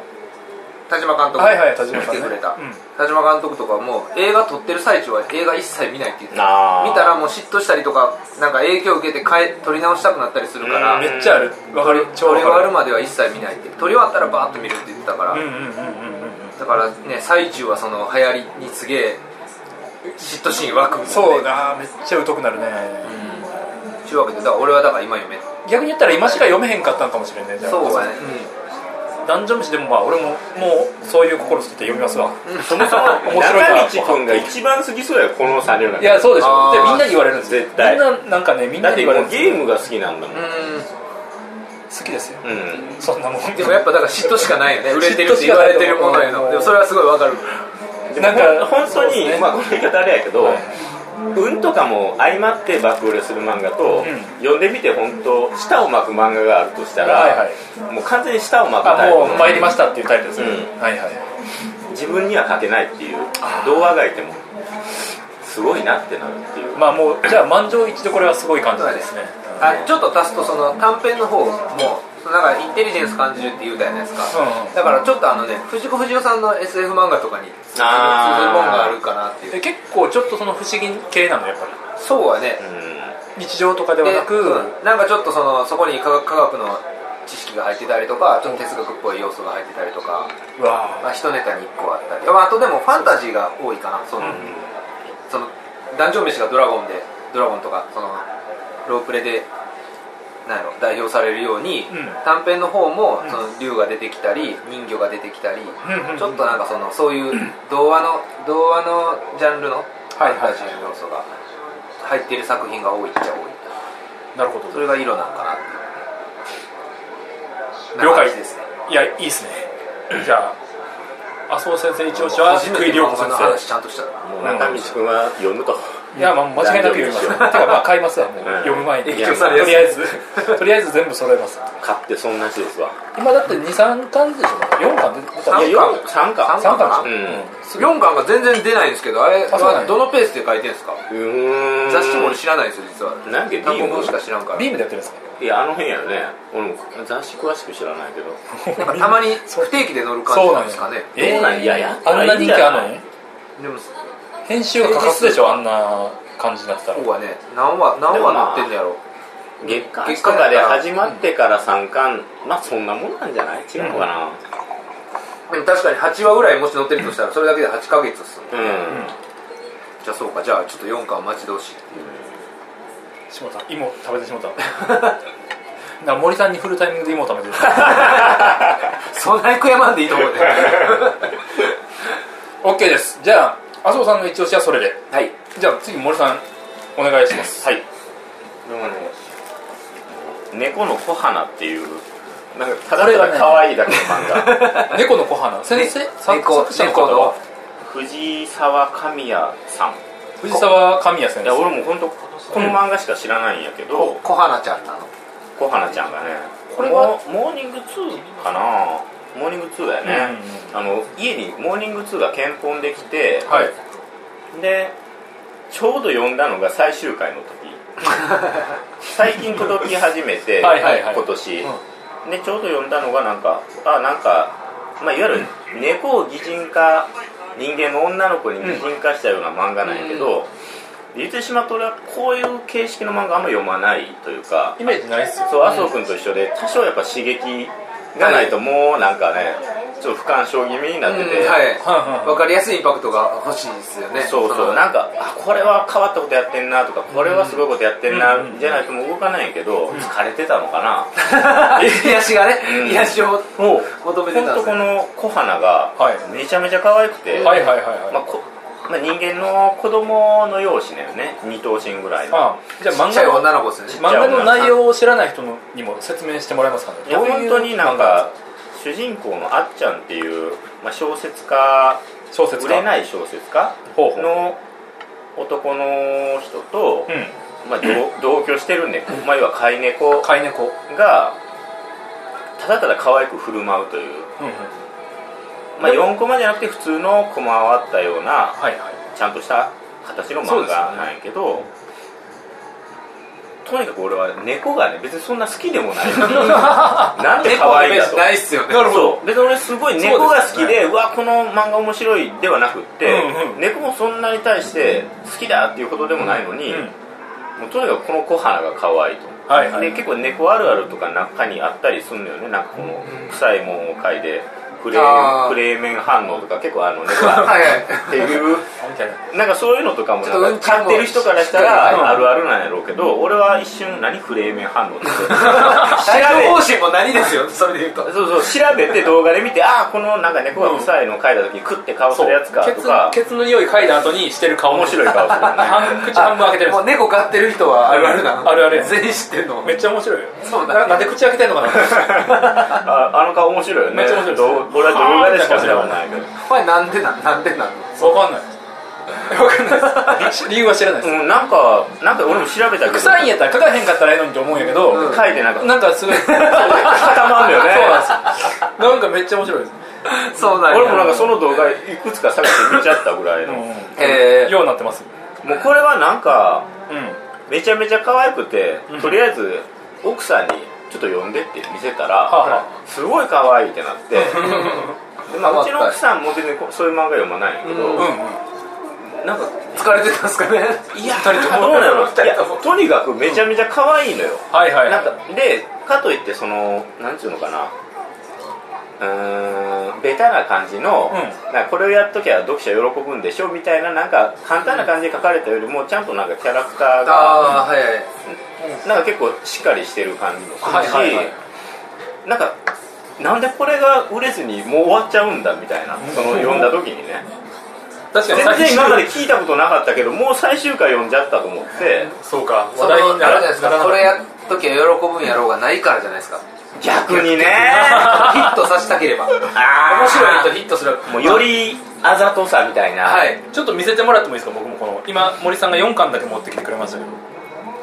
B: 田島監督
A: はいはい田島さん
B: 来
A: ね
B: てくれた、
A: うん
B: 田島監督とかはもう映画撮ってる最中は映画一切見ないって言ってた
C: あー
B: 見たらもう嫉妬したりとかなんか影響を受けて変え撮り直したくなったりするから、
C: うん
A: めっちゃある分かる
B: 撮り終わ
A: わ
B: るまでは一切見ないって撮り終わったらバーッと見るって言ってたから、
A: うんうんうんうんうんうん
B: だからね最中はその流行りにすげえ嫉妬心湧くみたいな
A: そうだめっちゃ疎くなるね、
B: ちゅうわけでだから俺はだから今読め
A: 逆に言ったら今しか読めへんかったんかもしれんねじゃあ
B: そうだね、
A: 男女飯でもまあ俺ももうそういう心捨てて読みますわ、
C: そもそも
A: 面白いな
C: 中道君が一番好きそうやこの3人の中
A: い
C: で
A: やそうでし
B: あー
A: ょでみんなに言われるんですよ
C: 絶対
A: みんななんかねみんな
C: だっ
A: に
C: て
A: 言
C: も
A: われる
C: うん
A: です
C: ゲー
A: よ
C: ムが好きなんだもん、うん
B: う
A: 好きですよそんなもん
B: んでもやっぱだから 嫉妬しかないよね売れてるって言われてるものへのでもそれはすごいわかる
A: なんか
C: 本当
A: そう
C: に、
A: ですね
C: まあこの言い方あれやけど、運とかも相まって爆売れする漫画と、
A: うん
C: 読んでみて本当舌を巻く漫画があるとしたら、
A: はいはい
C: もう完全に舌を巻くタ
A: あ
C: イプ
A: もう参りましたっていうタイプですね、
C: う
A: はいはい
C: 自分には勝てないっていう童話がいてもすごいなってなるっていう
A: まあもうじゃあ満場一致でこれはすごい感じですね
B: あちょっと足すとその短編の方もなんかインテリジェンス感じるって言うじゃないですか、
A: うんうん
B: だからちょっとあのね藤子不二雄さんの SF 漫画とかに通ずるもんがあるかなっていう
A: え結構ちょっとその不思議系なのやっぱり
B: そうはね
C: う
A: 日常とかでは
B: で
A: なく、
B: うんなんかちょっとそのそこに科学科学の知識が入ってたりとかちょっと哲学っぽい要素が入ってたりとか、
A: うわ
B: まあ、一ネタに1個あったり、まあ、あとでもファンタジーが多いかなその、
C: ん
B: そのダンジョン飯がドラゴンでドラゴンとかそのロープレでなんやろ代表されるように、
A: ん
B: 短編の方も
A: ん
B: その竜が出てきたり人魚が出てきたり、
A: うんうん
B: ちょっとなんかそのそういう童話の童話のジャンルのフ
A: はい
B: ァン
A: はい
B: タジーの要素が入っている作品が多いっちゃ多い
A: なるほど
B: それが色なんかなっていう
A: 了
B: な
A: 解
B: 感じですね
A: いやいいですねじゃあ麻生先生一押しは
B: 初め
A: 福井
B: て
A: 涼
B: 漫画
A: 子先
B: の
A: 生
B: 話ちゃんとしたな
C: もう中道君は読むと
A: いや、まあ、間違いなく読みます。てか、まあ、買いますわ、もう、読む前に。
C: 影響され
A: とりあえず、とりあえず全部揃えます。
C: 買ってそんなしですわ
A: 今だって2、3巻でしょ、4巻出た
B: 三巻
C: いやよく3か
B: 三
A: 3
B: 巻
A: 巻
B: う
A: でしょ。うん
B: 4巻が全然出ないんですけどあれ
A: あそうなん
B: は
A: や
B: どのペースで書いてるんですか
C: うーん
B: 雑誌も俺知らないですよ実は
C: なんで
B: 単行本
C: D
B: しか知らんから
A: ビームでやってるんですか
C: いやあの辺やろね俺も雑誌詳しく知らないけど
B: なんかたまに不定期で乗る感じなんですかね
A: え
C: どうなんいややった
A: あ
C: ら
A: んない
C: いん
A: 人
C: じ
A: 気
C: ゃな
A: あ
C: い
A: んのに
B: でも
A: 編集が欠かすでしょ、あんな感じになってたら
B: こ。こはね何話何話載ってんのやろ
C: 月刊誌とかで始まってから3巻まあそんなもんなんじゃない違うのかな
B: でも確かに8話ぐらいもし載ってるとしたらそれだけで8ヶ月っすもん
C: うん、
B: じゃあそうかじゃあちょっと4巻待ち遠しい
A: しもた、芋食べてしもた。な森さんに振るタイミングで芋を食べてる
B: そんなに悔やまんでいいと思うね
A: オッケーですじゃあ麻生さんの一押しはそれで
B: はい
A: じゃあ次森さんお願いします
C: はいでもね猫の小花っていうなんかただただ可愛いだけの漫画、
A: 猫の小花先生作
B: 猫
A: 作者の方は
C: 藤沢神谷さん
A: 藤沢神谷先
C: いや
A: 生
C: 俺も本当この漫画しか知らないんやけど、
B: 小花ちゃんなの
C: 小花ちゃんがね
A: これは
C: モーモーニング2かなモーニング2だよね、あの家にモーニング2が検本できて、
A: はい
C: でちょうど読んだのが最終回の時最近届き始めて
A: はいはいはい
C: 今年、でちょうど読んだのがなんかあなんか、まあ、いわゆる猫を擬人化人間の女の子に擬人化したような漫画なんやけど、言ってしまうと俺はこういう形式の漫画あんま読まないというか
A: イメージないっすよ
C: そう麻生君と一緒で多少やっぱ刺激がないともうなんかねちょっと不干渉気味になってて、
B: は
A: はいはい
B: いわかりやすいインパクトが欲しいですよね
C: そうそう
B: の
C: なんかあこれは変わったことやってんなとかこれはすごいことやってんな、じゃないともう動かないんやけど、疲れてたのかな
B: 癒しがね
C: うん
B: 癒しを
C: もう
B: 求めて
C: 本
B: たんで
C: 当
B: すね
C: この小花が
A: はい
C: めちゃめちゃ可愛くて、
A: はいはいはいはい、
C: まあこまあ、人間の子供の容姿だよね二頭身ぐらいの
A: あじゃあ
B: ちっ
A: 漫
B: ちゃい
A: 画の
B: 女の子ですよね
A: 漫画の内容を知らない人のにも説明してもらえますかね
C: いや本当になんか主人公のあっちゃんっていう、まあ、小説家
A: 小説
C: 売
A: 家
C: れない小説家
A: ほうほう
C: の男の人と、
A: う
C: まあ、同同居してる猫、まあ、要は飼い猫
A: ん飼い猫、うん
C: がただただ可愛く振る舞うという、
A: うん、
C: まあ、4コマじゃなくて普通のコマはあったような
A: はいはい
C: ちゃんとした形の
A: そう
C: 漫
A: ですよ
C: 画
A: ね
C: なんやけど、とにかく俺は猫がね別にそんな好きで もないなんで可愛いんだ
B: 猫のイメージ
C: と
B: ないっすよね
C: そう別に俺すごい猫が好きでうわこの漫画面白いではなくって、
A: うんうん
C: 猫もそんなに対して好きだっていうことでもないのに、
A: うん
C: もうとにかくこの小花が可愛いと、
A: はいはい
C: で結構猫あるあるとか中にあったりするのよねなんかこの臭いもんを嗅いでクレー
B: あー
C: ンクレーメン反応とか結構あの猫
B: は
C: が
B: いはい
C: ってい
A: み
C: う
A: たいな
C: なんかそういうのとかも
B: ちょっと
C: な
B: うんん
C: か
B: ちも
C: 飼ってる人からした
A: うん
C: らあるあるなんやろうけど、俺は一瞬何フレーメン反応って調
B: 帯状
C: べ
B: 疱疹も何です よそれで言うと
C: そうそう調べて動画で見てああこのなんか猫が臭いのを描いた時にクッて顔するやつか
A: ケ
C: と
A: ツ
C: か
A: ケツの匂い嗅いだ後にしてる顔
C: 面白い顔するよね
A: 半口半分開けてるん
B: もう
A: で
B: 猫飼ってる人はあるあるなの
A: あるあるやん
B: 全員知ってるの
A: すめっ ちゃ面白いよ
B: そうだね
A: ななんで口開けてんのかな
C: ああの顔面白いよね
A: めっちゃ面白い
C: どう俺は動画でしか見たことないけど
B: これなんでなんなんでなんの
A: わかんないわかんないです理由は知らないです、
C: うんなんかなんか俺も調べたけど
A: 臭いんやったら書かへんかったらええのにと思うんやけど、
B: うん
C: 書いてなんか
A: なんかすごいそう
C: 固まるよね
A: なんですよなんかめっちゃ面白いです、
B: そうなんや
C: 俺もなんかその動画いくつか探して見ちゃったぐらいの、も
A: う
B: え
A: ん、
B: ー
A: ようになってます
C: うこれはなんか
A: うん
C: めちゃめちゃ可愛くて、
A: うん
C: とりあえず奥さんにちょっと呼んでって見せたら、
A: は
C: すごい可愛いって なってで、まあ、うちの奥さんも別にこうそういう漫画読まないんやけど、
B: うん
A: うんうん
C: なんか
B: 疲れてたんすかね
C: いや
A: 二人とも
C: どうなの
B: 二人とも
C: いやとにかくめちゃめちゃ可愛いのよ、
A: はいはいはい
C: なんかでかといってそのなんていうのかなうーんのベタな感じの、
A: う
C: なんかこれをやっときゃ読者喜ぶんでしょみたいななんか簡単な感じで書かれたよりもちゃんとなんかキャラクターが
B: ああはいはい
C: なんか結構しっかりしてる感じもするし、
B: はいはいはい
C: なんかなんでこれが売れずにもう終わっちゃうんだみたいなその読んだ時にね
A: 確かに
C: 全
A: 最
C: 然
A: 終
C: 今まで聞いたことなかったけどもう最終回読んじゃったと思って
A: そうか
B: そ
A: 話題
B: の
A: に
B: あれじゃ
A: なら
B: ないです
A: なら
B: か
A: な
B: これやっときゃ喜ぶんやろうがないからじゃないですか
C: 逆に ね
B: ヒットさせたければ面
C: あー
B: 白い
A: ヒットする
C: もうよりあざとさみたいな、
B: はい
A: ちょっと見せてもらってもいいですか僕もこの今森さんが4巻だけ持ってきてくれましたけど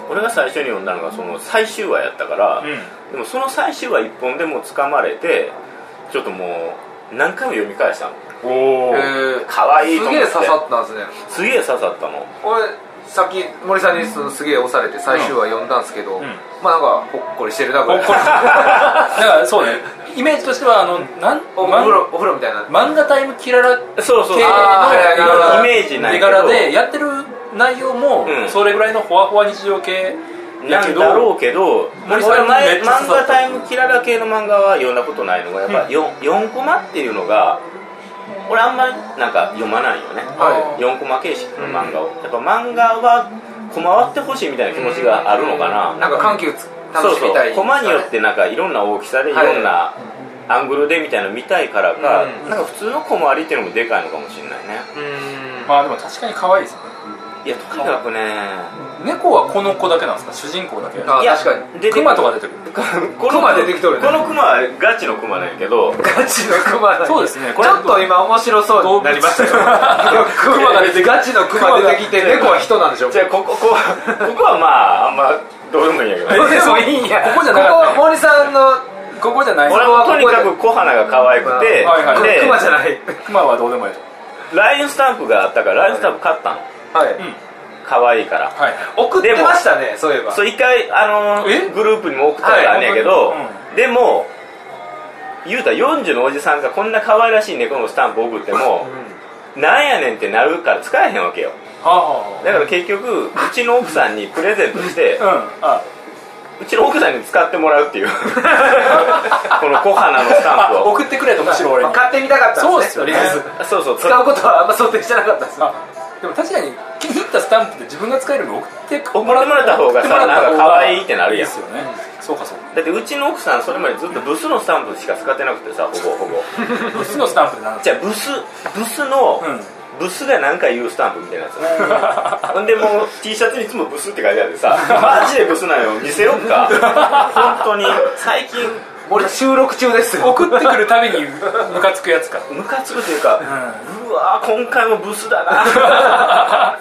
C: 俺が最初に読んだのがその最終話やったから、でもその最終話一本でもう掴まれてちょっともう何回も読み返したの
A: おお
B: えー
C: 可愛いと
B: す
C: 思っ
B: げえ
C: て
B: 刺さったんですね
C: すげえ刺さったの
B: 俺さっき森さんにそのすげえ押されて最終話読んだんですけど、
A: ん
B: まあなんかほっこりしてるなこ れ
A: ほっこりだからそうねイメージとしてはあのなん
B: おお
A: まん
B: 風呂お風呂みたいな
A: 漫画タイムキララ
C: そうそう
A: 系の
B: あーはいはい
C: イメージない
A: 絵
C: けど
A: 柄でやってる内容も
C: うん
A: それぐらいのほわほわ日常系
C: な
A: だ
C: ん
A: けど
C: だろうけど
A: 森さん
C: 俺前
A: めっちゃ刺さ
C: 漫
A: った
C: 画タイムキララ系の漫画は読んだことないのがやっぱ 4, 4コマっていうのが俺あんまりなんか読まないよね、
B: は
C: 4コマ形式の漫画を、やっぱ漫画はコマ割ってほしいみたいな気持ちがあるのかな、
B: なんか緩急つ楽
C: そう
B: し
C: そ
B: みたい、
C: うコマによってなんかいろんな大きさでい
B: はい
C: ろんなアングルでみたいなの見たいからか、
B: うん
C: なんか普通のコマ割りっていうのもでかいのかもしれないね
B: うーん
A: まあでも確かに可愛いですね
C: いやとにかくね
A: 猫はこの子だけなんですか主人公だけ
B: あ
C: いや
B: 確かに
C: 出てくる
A: 熊とか出てくる
C: こ
B: 熊出てきとるね
C: この熊はガチの熊なんやけど
B: ガチのクマだ
A: そうですね
B: これちょっと今面白そうになりましたよクマが出てガチのクマ出てきて
C: 熊が
B: 猫は人なんでしょ
C: じゃあここここはまああんまどうでもいいんやけど
B: どうでもいいんや
A: ここじゃなかった
B: ここ森さんの
A: ここじゃない
C: 俺はとにかく小花が可愛くて、
A: はいはい
C: で
B: クマじゃない
A: 熊はどうでもいいと
C: ラインスタンプがあったからラインスタンプ買ったの
B: はい、
A: ん
C: 可愛いから、
A: はい
B: 送ってましたねそういえば
C: そう一回あの
A: え
C: ーグループにも送ったらあんねやけど、
A: はい
C: でも言うたら40のおじさんがこんな可愛らしい猫のスタンプ送ってもなんやねんってなるから使えへんわけよ
A: はあは
C: だから結局うちの奥さんにプレゼントして
A: あうんあ
C: うちの奥さんに使ってもらうっていうこの小花のスタンプ
A: あ
C: を
A: 送ってくれとむしろ俺に
B: まあ買ってみたかったん
A: そう
B: で
A: っ
B: す
A: す
B: ね
A: よね
B: とりあえず
C: そうそう
B: 使うことはあんま想定してなかったです
A: あでも確かに気に入ったスタンプって自分が使えるの送って
C: 送ってもらった方
A: 送っ
C: がさ
A: てもらった
C: なん
A: 方が
C: か可愛いってなるやん
A: ですよねそうかそうか
C: だってうちの奥さんそれまでずっとブスのスタンプしか使ってなくてさほぼほぼ
A: ブスのスタンプでなん
C: じゃあブスブスの、
A: うん
C: ブスが何か言うスタンプみたいなやつほんでもう T シャツにいつもブスって書いてあってさマジでブスなんよ見せよっか本当に最近
B: 俺収録中ですよ
A: 送ってくるたびにムカつくやつか
C: ムカつくというか、
A: う
C: うわー今回もブスだなまあ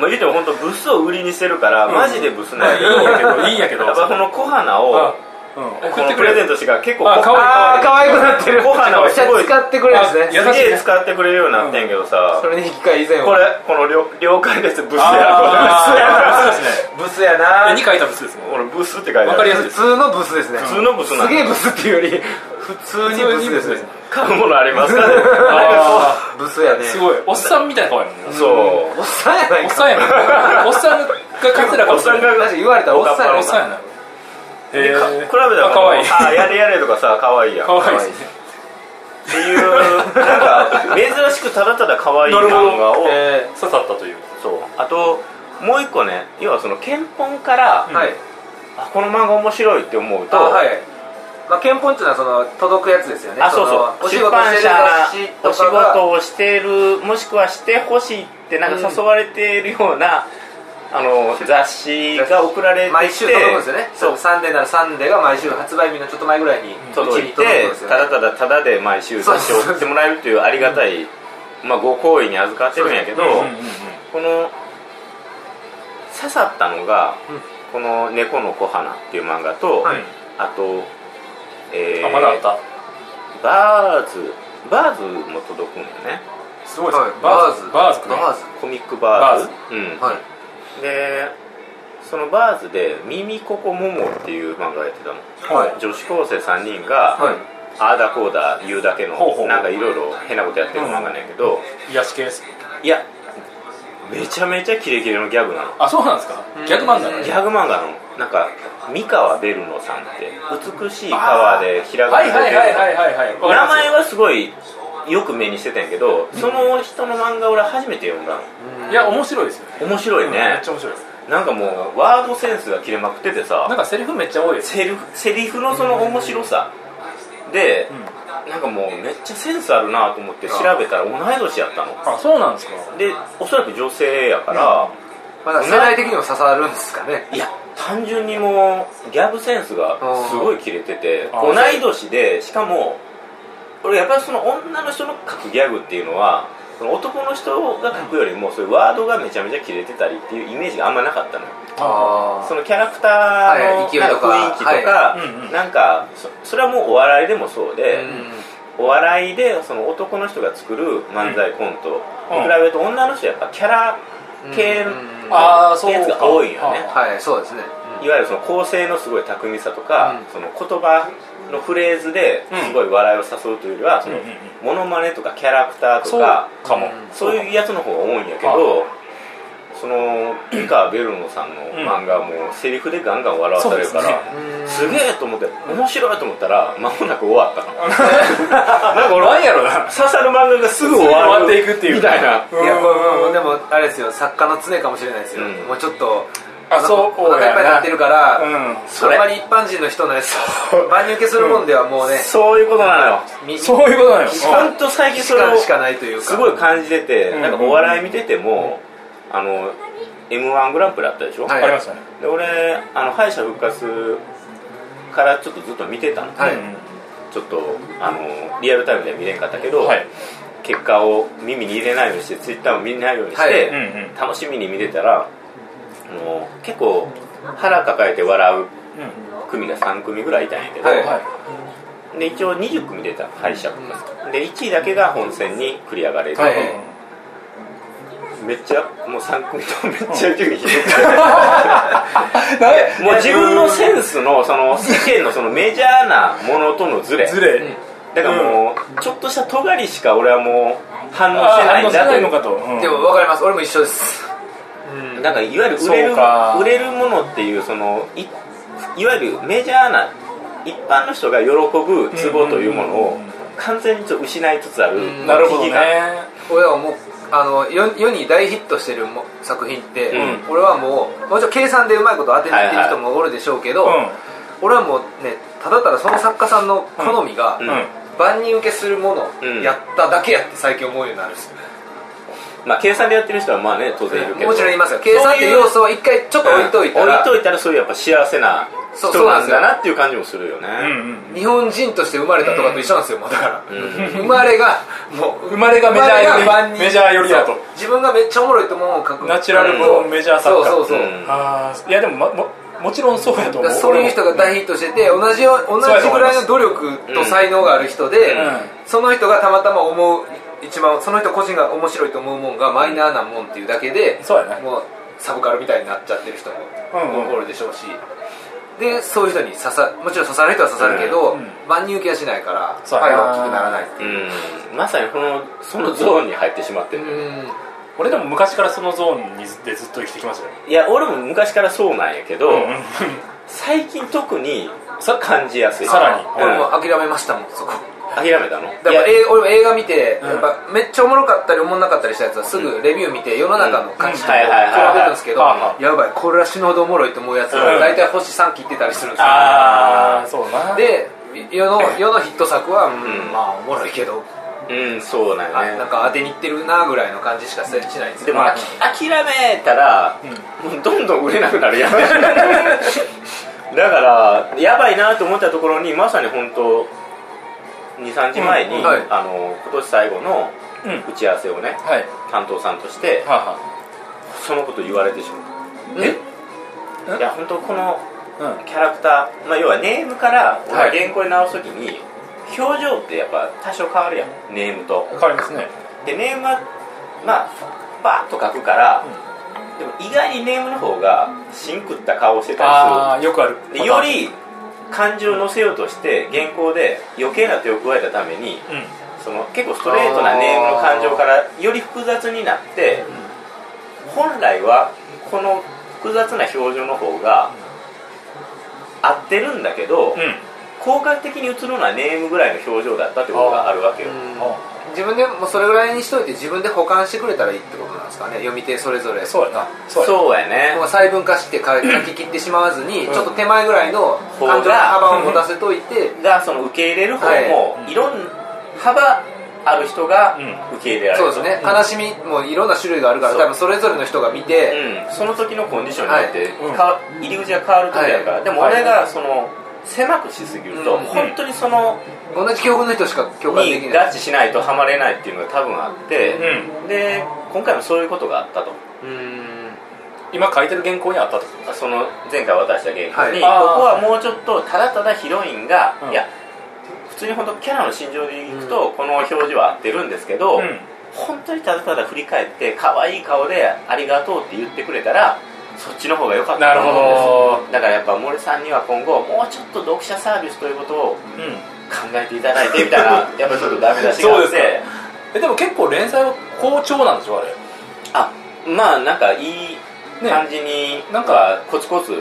C: 言うても本当ブスを売りにしてるから、マジでブスなんやけど
A: うんいいんやけど
C: やっぱこの小花を
A: うん
C: こ
A: 送って
C: のプ
A: く
C: レ
A: れ
C: ゼントしてから結構
A: あ
C: こ
A: 可愛い
B: あー可愛くなってる
C: ご飯の
B: めっちゃ
C: すごい
B: 使ってくれるんです
A: あ
B: ね
A: や
C: すげえ使ってくれるようになってんけどさ、
B: それに引き換え以前は
C: これこの了了解ですブスや
A: あーそ
C: ろ
A: うですね
B: ブスやな
A: 絵に描いたブスですね
C: 俺ブスって書いてある
A: わかりやすい
B: 普通のブスですね
C: 普通のブス
B: す
C: なの
B: げえブスっていうより普通にブスですね
C: 買うものあります かね
A: あ
B: ブスやね
A: ーすごいおっさんみたいな顔やもんね
C: そう
B: おっさんやない
A: おっ
B: か
A: さんやねおっさんがカツラか
C: おっさんが
B: 確かに言われたらおっさんや
A: お
B: ね
A: っさんやなへ
C: でか比べ
A: え
C: たら
A: あ可愛い
C: あやれやれとかさ可愛いやん
A: 可愛いですね
C: っていうなんか珍しくただただ可愛い漫画を、
B: え
A: 刺さったという
C: そうあともう一個ね要はその憲本から、
B: ーはい
C: あこの漫画面白いって思うと
B: あはいまあ憲本っていうのはその届くやつですよね
C: あそうそう
B: のお仕
C: 出
B: 事
C: 版
B: して
C: 社
B: る雑誌
C: お
B: と
C: 仕
B: かが
C: 事をしているもしくはしてほしいってなんか誘われているような、あの雑誌が送られてきて
B: 毎週届くんですよね
C: そう
B: サンデーならサンデーが毎週発売日のちょっと前ぐらいに
C: 届いて、
B: うちに
C: ただ
B: 届くんですよね
C: ただただで毎週雑誌を送ってもらえるというありがたい、まあ、ご好意に預かってるんやけど、この刺さったのが、
B: うん
C: この「猫の小花」っていう漫画と、
B: はい
C: あと、えー
A: あまだあった
C: バーズバーズも届くんよね
A: すごいですね
B: はい
A: バー
B: バーズ
A: ズバーズくね
B: バーズ
C: コミックバーズうん
B: はい
C: でそのバーズで「ミミココモモ」っていう漫画やってたの、
B: はい
C: 女子高生3人が、
B: はい
C: ああだこうだ言うだけの
A: ほうほうほう
C: なんかいろいろ変なことやってる漫画なんやけど、
A: 癒し系です
C: いやめちゃめちゃキレキレのギャグなの
A: あそうなんですかギャグ漫画なの
C: ギャグ漫画なのなんか三河ベルノさんって美しい川でひらが
A: はい
C: な
A: は
C: で
A: い
C: ベ
A: はい
C: ルノ
A: はいはいはい
C: 名前はすごいよく目にしてたんやけどその人の漫画俺初めて読んだ
A: いや面白いですよね
C: の面白い
A: めっ
C: ね
A: ちゃ面白いです
C: なんかもうワードセンスが切れまくってて
A: なん
C: さ
A: かセリフめっちゃ多いです
C: セリフセリフのその面白さでなんかもうめっちゃセンスあるなと思って調べたら同い年やったの
A: あそうなんですか
C: でおそらく女性やから
B: まだ世代的にも刺さるんですかね
C: いや単純にもうギャグセンスがすごい切れてて
A: あ
C: 同い年でしかも俺やっぱりその女の人の書くギャグっていうのはその男の人が書くよりもそういうワードがめちゃめちゃ切れてたりっていうイメージがあんまなかったのよ
B: あ
C: そのキャラクターの
B: はい勢い
C: なん
B: とか
C: か雰囲気とか、
A: いうんうん
C: なんかそそれはもうお笑いでもそう
B: う
C: で、
B: ん
C: お笑いでその男の人が作る漫才コント
A: うん
C: に比べると女の人はやっぱキャラ系の
B: うん
A: あーそうか
C: やつが多いよね
A: あ
B: はいそうですね
C: いわゆるその構成のすごい巧みさとか、
B: うん
C: その言葉のフレーズですごい笑いを誘うというよりは、そ の
A: うんうん
C: モノマネとかキャラクターとか
A: そうかも
C: そういうやつの方が多いんやけどその三河ベルノさんの漫画はもうセリフでガンガン笑わされる
A: そ
C: か
A: う
C: ら
A: です
B: うん
C: す,、げえと思って面白いと思ったら間もなく終わったの
A: なんか俺なんやろな
C: 刺さる漫画がすぐ終わ
A: すぐ
C: る
A: 終わっていくっていう
C: みたいない
B: や、これもう
A: うん
B: でもあれですよ作家の常かもしれないですよ、
C: うん
B: もうちょっと
A: あそう
B: お腹いっぱいになってるから、
A: うん
B: それあんまり一般人の人のやつ
C: そう
B: 万人受けするもんではもうね、
C: そういうことなのよ
B: み
A: そういうことなのよ
B: 期
C: ほ
B: 間
C: んと最近
B: 期
C: それ
B: 間
C: を
B: しかないというか
C: すごい感じてて、
A: うん
C: なんかお笑い見てても、あの m 1グランプリあったでしょ、
B: は
A: あ
B: い
A: りましたね
C: で俺あの敗者復活からちょっとずっと見てたの、
B: はい
A: うん
C: ちょっとあのリアルタイムでは見れんかったけど、
A: はい
C: 結果を耳に入れないようにしてツイッターも見ないようにして、
B: はいうん
A: うん
C: 楽しみに見てたらあの結構腹抱えて笑う
A: うん
C: 組が3組ぐらいいたんやけど、
B: はい
A: は
C: で一応20組出た敗者復活、で1位だけが本戦に繰り上がれる、
B: はい
A: い
C: めっちゃもう3組ともめっちゃ順位低くて
A: なん
C: もう自分のセンスのその世間のそのメジャーなものとのズレ
A: ズレ
C: だからもうちょっとした尖りしか俺はもう反応してないんだ
A: あ
C: と
A: 反応して
C: いう
A: のかとうん
B: でも分かります俺も一緒です、うん
C: なんかいわゆる売れ
A: そ
C: る
A: うか
C: 売れるものっていうそのいいわゆるメジャーな一般の人が喜ぶツボというものを完全にちょっと失いつつある
B: うん
A: なるほど
C: 危
A: ね
C: 機感
B: 俺はもうあの世世に大ヒットしてるも作品って、
C: う
B: 俺はもうもちろん計算でうまいこと当てにいってる人もおるでしょうけど、
A: う
B: 俺はもうねただただその作家さんの好みが、
C: うん
A: んうん
B: 万人受けするもの
C: うん
B: やっただけやって最近思うようになるんですよ、
C: まあ計算でやってる人はまあね当然いるけど
B: もちろん言いますよ計算っていう要素は一回ちょっと置いといたら、
C: 置いといたらそういうやっぱ幸せな
B: そう
C: 人なんだなっていう感じもするよね
A: うんうん
B: 日本人として生まれたとかと一緒なんですよ、もうだから、
C: ん
B: 生まれがもう
A: 生まれがメジャーより
B: 生まれが万人
A: メジャーよりやと
B: そう自分がめっちゃおもろいと思うものを書く
A: ナチュラ
C: ル
A: ボーンメジャー作家
B: そうそうそう、
C: うん
A: ああいやでもまももちろんそうやと
B: だか
A: 思う
B: らそういう人が大ヒットしてて同じよ同じぐらいの努力と才能がある人で、
C: うん
A: うん
B: その人がたまたま思う一番その人個人が面白いと思うもんがマイナーなもんっていうだけで、
A: そうやね
B: もうサブカルみたいになっちゃってる人も
A: うんうん
B: おるでしょうし、でそういう人に刺さもちろん刺さる人は刺さるけど、
A: うんうん
B: 万人受けはしないから
A: そうや
B: パ
A: な
B: イは大きくならないっていう、
C: うんまさにこのそのゾーンに入ってしまってる、
B: うん
A: 俺でも昔からそのゾーンにずでずっと生きてきましたよ
C: いや俺も昔からそうなんやけど、
A: うん
C: 最近特にそれ感じやすい
A: さらに
C: うん
B: 俺も諦めましたもんそこ
C: 諦めたの
B: だ
C: い
B: から
C: や
B: え俺も映画見て、
A: うん
B: やっぱめっちゃおもろかったりおもんなかったりしたやつはすぐレビュー見て世の中の価値と比
C: うんはいはいはいはい
B: べるんですけど
A: はあは
B: やばいこれは死ぬほどおもろいと思うやつ
A: う
B: が
A: ん
B: 大体星3切ってたりするんですよ
A: ああそうな
B: で世の世のヒット作は、うん
C: うん
B: まあおもろいけど、
C: うんそうなん
B: あ
C: や
B: なん
C: ね
B: か当てにいってるなぐらいの感じしかせしないんです
C: で
B: よ
C: もあき諦めたら、もうどんどん売れなくなるやん だからやばいなと思ったところにまさに本当23日前に、
B: うんはい
C: あの今年最後の
A: うん
C: 打ち合わせをね、
A: はい
C: 担当さんとして
A: はは
C: そのこと言われてしま
B: え
C: ういや本当この
A: うん
C: キャラクター、まあ、要はネームから俺は
B: はい
C: 原稿に直すときに表情ってやっぱ多少変わるやんネームと
A: 変わりますね
C: でネームはまあバーッと書くから、でも意外にネームの方がシンクった顔して
A: あ
C: た
A: あよくある
C: りするでより漢字を載せようとして原稿で余計な手を加えたために
A: うん
C: その結構ストレートなネームの感情からより複雑になって本来はこの複雑な表情の方が合ってるんだけど、
D: うん
C: 効果的に映るのはネームぐらいの表情だったってことがあるわけよ
B: 自分でもうそれぐらいにしといて自分で保管してくれたらいいってことなんですかね読み手それぞれ
A: そうやな
C: そう
A: やな
C: やね
B: もう細分化して書き切ってしまわずに、ちょっと手前ぐらいの
C: 方が
B: 感情の幅を持たせといて
C: がその受け入れる方も、
D: はい
C: い、ろん幅ある人が
D: う
C: 受け入れられる
B: そうですね、悲しみもいろんな種類があるから
C: そう
B: 多分それぞれの人が見て、
C: うん、その時のコンディションによって、
A: はいうん
C: か入り口が変わる時だから、
B: はい
C: でも俺がその狭くしすぎると、
B: うん
C: 本当にその
B: 同じ境遇の人しか共感でき
C: に合
B: ない
C: 致しないとはまれないっていうのが多分あって、で今回もそういうことがあったと
B: うん
A: 今書いてる原稿にあったと
C: その前回渡した原稿に、
B: はい
A: あー
C: ここはもうちょっとただただヒロインが、
A: うん
C: いや普通に本当キャラの心情でいくと、この表情は合ってるんですけど、
D: うん
C: 本当にただただ振り返って可愛い顔で「ありがとう」って言ってくれたらそっちの方が良かったと思うん
A: なる
C: です
A: ほ
C: だからやっぱ森さんには今後もうちょっと読者サービスということ
D: う
C: を
D: ん
C: 考えていただいてみたいなやっぱちょっとダメ出しが
A: そう
C: あ
A: で
C: っ
A: すね
C: て
A: えでも結構連載は好調なんでしょあれ
C: あまあなんかいい
A: ね
C: 感じに、
A: なんか
C: コツコツ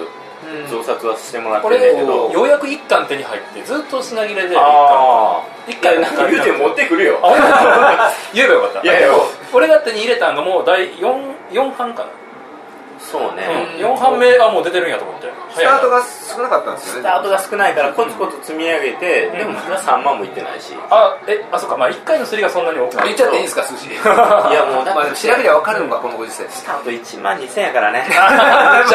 C: 増刷はしてもらって
A: こ
C: るんだ
A: れ
C: けど
A: ようやく一巻手に入ってずっと品切れで一巻
C: あ
A: 一
C: あ
A: 巻
C: いやなんか言うて持ってくるよ
A: あ言えばよかった
C: いやいや
A: 俺が手に入れたんがもう第 4, 四版かな、
C: そうね、
A: うん、4版目あもう出てるんやと思って
B: スタート
A: が
B: が少なかったんですよ
C: ス
B: ね
C: タートが少ないからコツコツ積み上げて、
A: ん
C: でもまだ3万もいってないし
A: あえあそっかまあ1回のすりがそんなに多くない
B: 言っちゃっていいんですか数字
C: いやもうだって
B: まあでも調べりゃ分かるのがこのご時世
C: スタート1万2000やからね
A: 言っち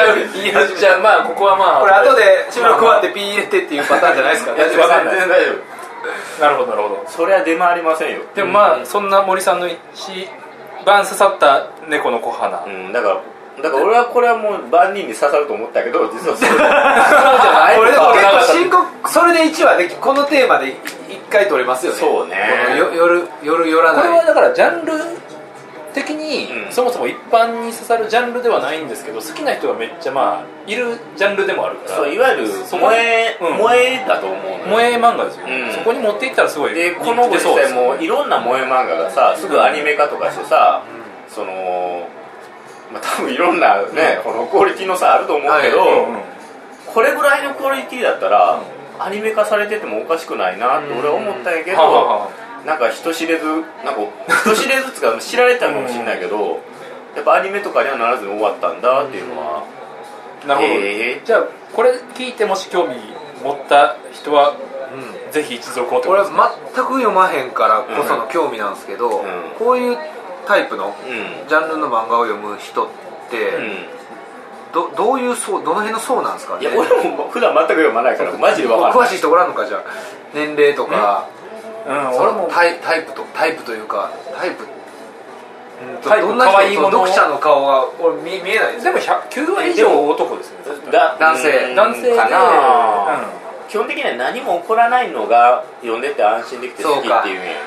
A: ゃう言っちゃうまあここはまあ
B: これ後で収録終わってピー入れてっていうパターンじゃないですか
A: いや
C: 全然
A: わかんない
C: 全然大丈
A: なるほどなるほど
C: 夫それは出回りませんよ
A: でもまあ、そんな森さんの一番刺さった猫の小花、
C: うんだからだから俺はこれはもう万人に刺さると思ったけど実はそうそうじ ゃない
B: これでも
C: そう
B: 結
C: なかった
B: 構深刻それで1話でこのテーマで1回取れますよね
C: そうね
B: このよ夜夜寄ら
A: これ
B: な
A: はいだからジャンル的に、
C: うん
A: そもそも一般に刺さるジャンルではないんですけど好きな人がめっちゃまあいるジャンルでもあるから
C: そういわゆる
A: そこ
C: 萌え、
A: うん
C: 萌えだと思うのよ
A: 萌え漫画ですよ、
C: うん
A: そこに持っていったらすごい
C: で
A: 人
C: この
A: 気出
C: ご時
A: そうです
C: 世もういろんな萌え漫画がさすぐアニメ化とかしてさ、そのまあ多分いろんなね、このクオリティの差あると思うけど、
B: はい
A: うん
C: これぐらいのクオリティだったら、アニメ化されててもおかしくないなって俺は思ったんやけど、
A: はあはあは
C: なんか人知れずなんか人知れずつか 知られたのかもしれないけど、やっぱアニメとかにはならずに終わったんだっていうのは、
A: あなるほど、
C: え
A: じゃあこれ聞いてもし興味持った人はぜひ一度こうってこ
B: 俺
A: と
B: は全く読まへんからこその興味なんですけど、
C: ん
B: こういうタイプの
C: うん
B: ジャンルの漫画を読む人って、
C: うん
B: どどういう層どの辺の層なんですか
C: い
B: ね
C: や俺も普段全く読まないからマジで分かんない
B: 詳しい人おらんのかじゃあ年齢とか
A: うん
B: そ
A: 俺
B: れ
A: も
B: もタイタイプとタイプというかタイプうんと
A: タイプ
B: どんな人
A: 可愛いもの
B: 読者の顔は俺見見えないです
A: でも100 9割以上男ですね絶対
C: だ
B: 男性
C: うん
A: 男性で
C: かな、
A: うん
C: 基本的には何も起こらないのが読んでて安心できて好きっていうんや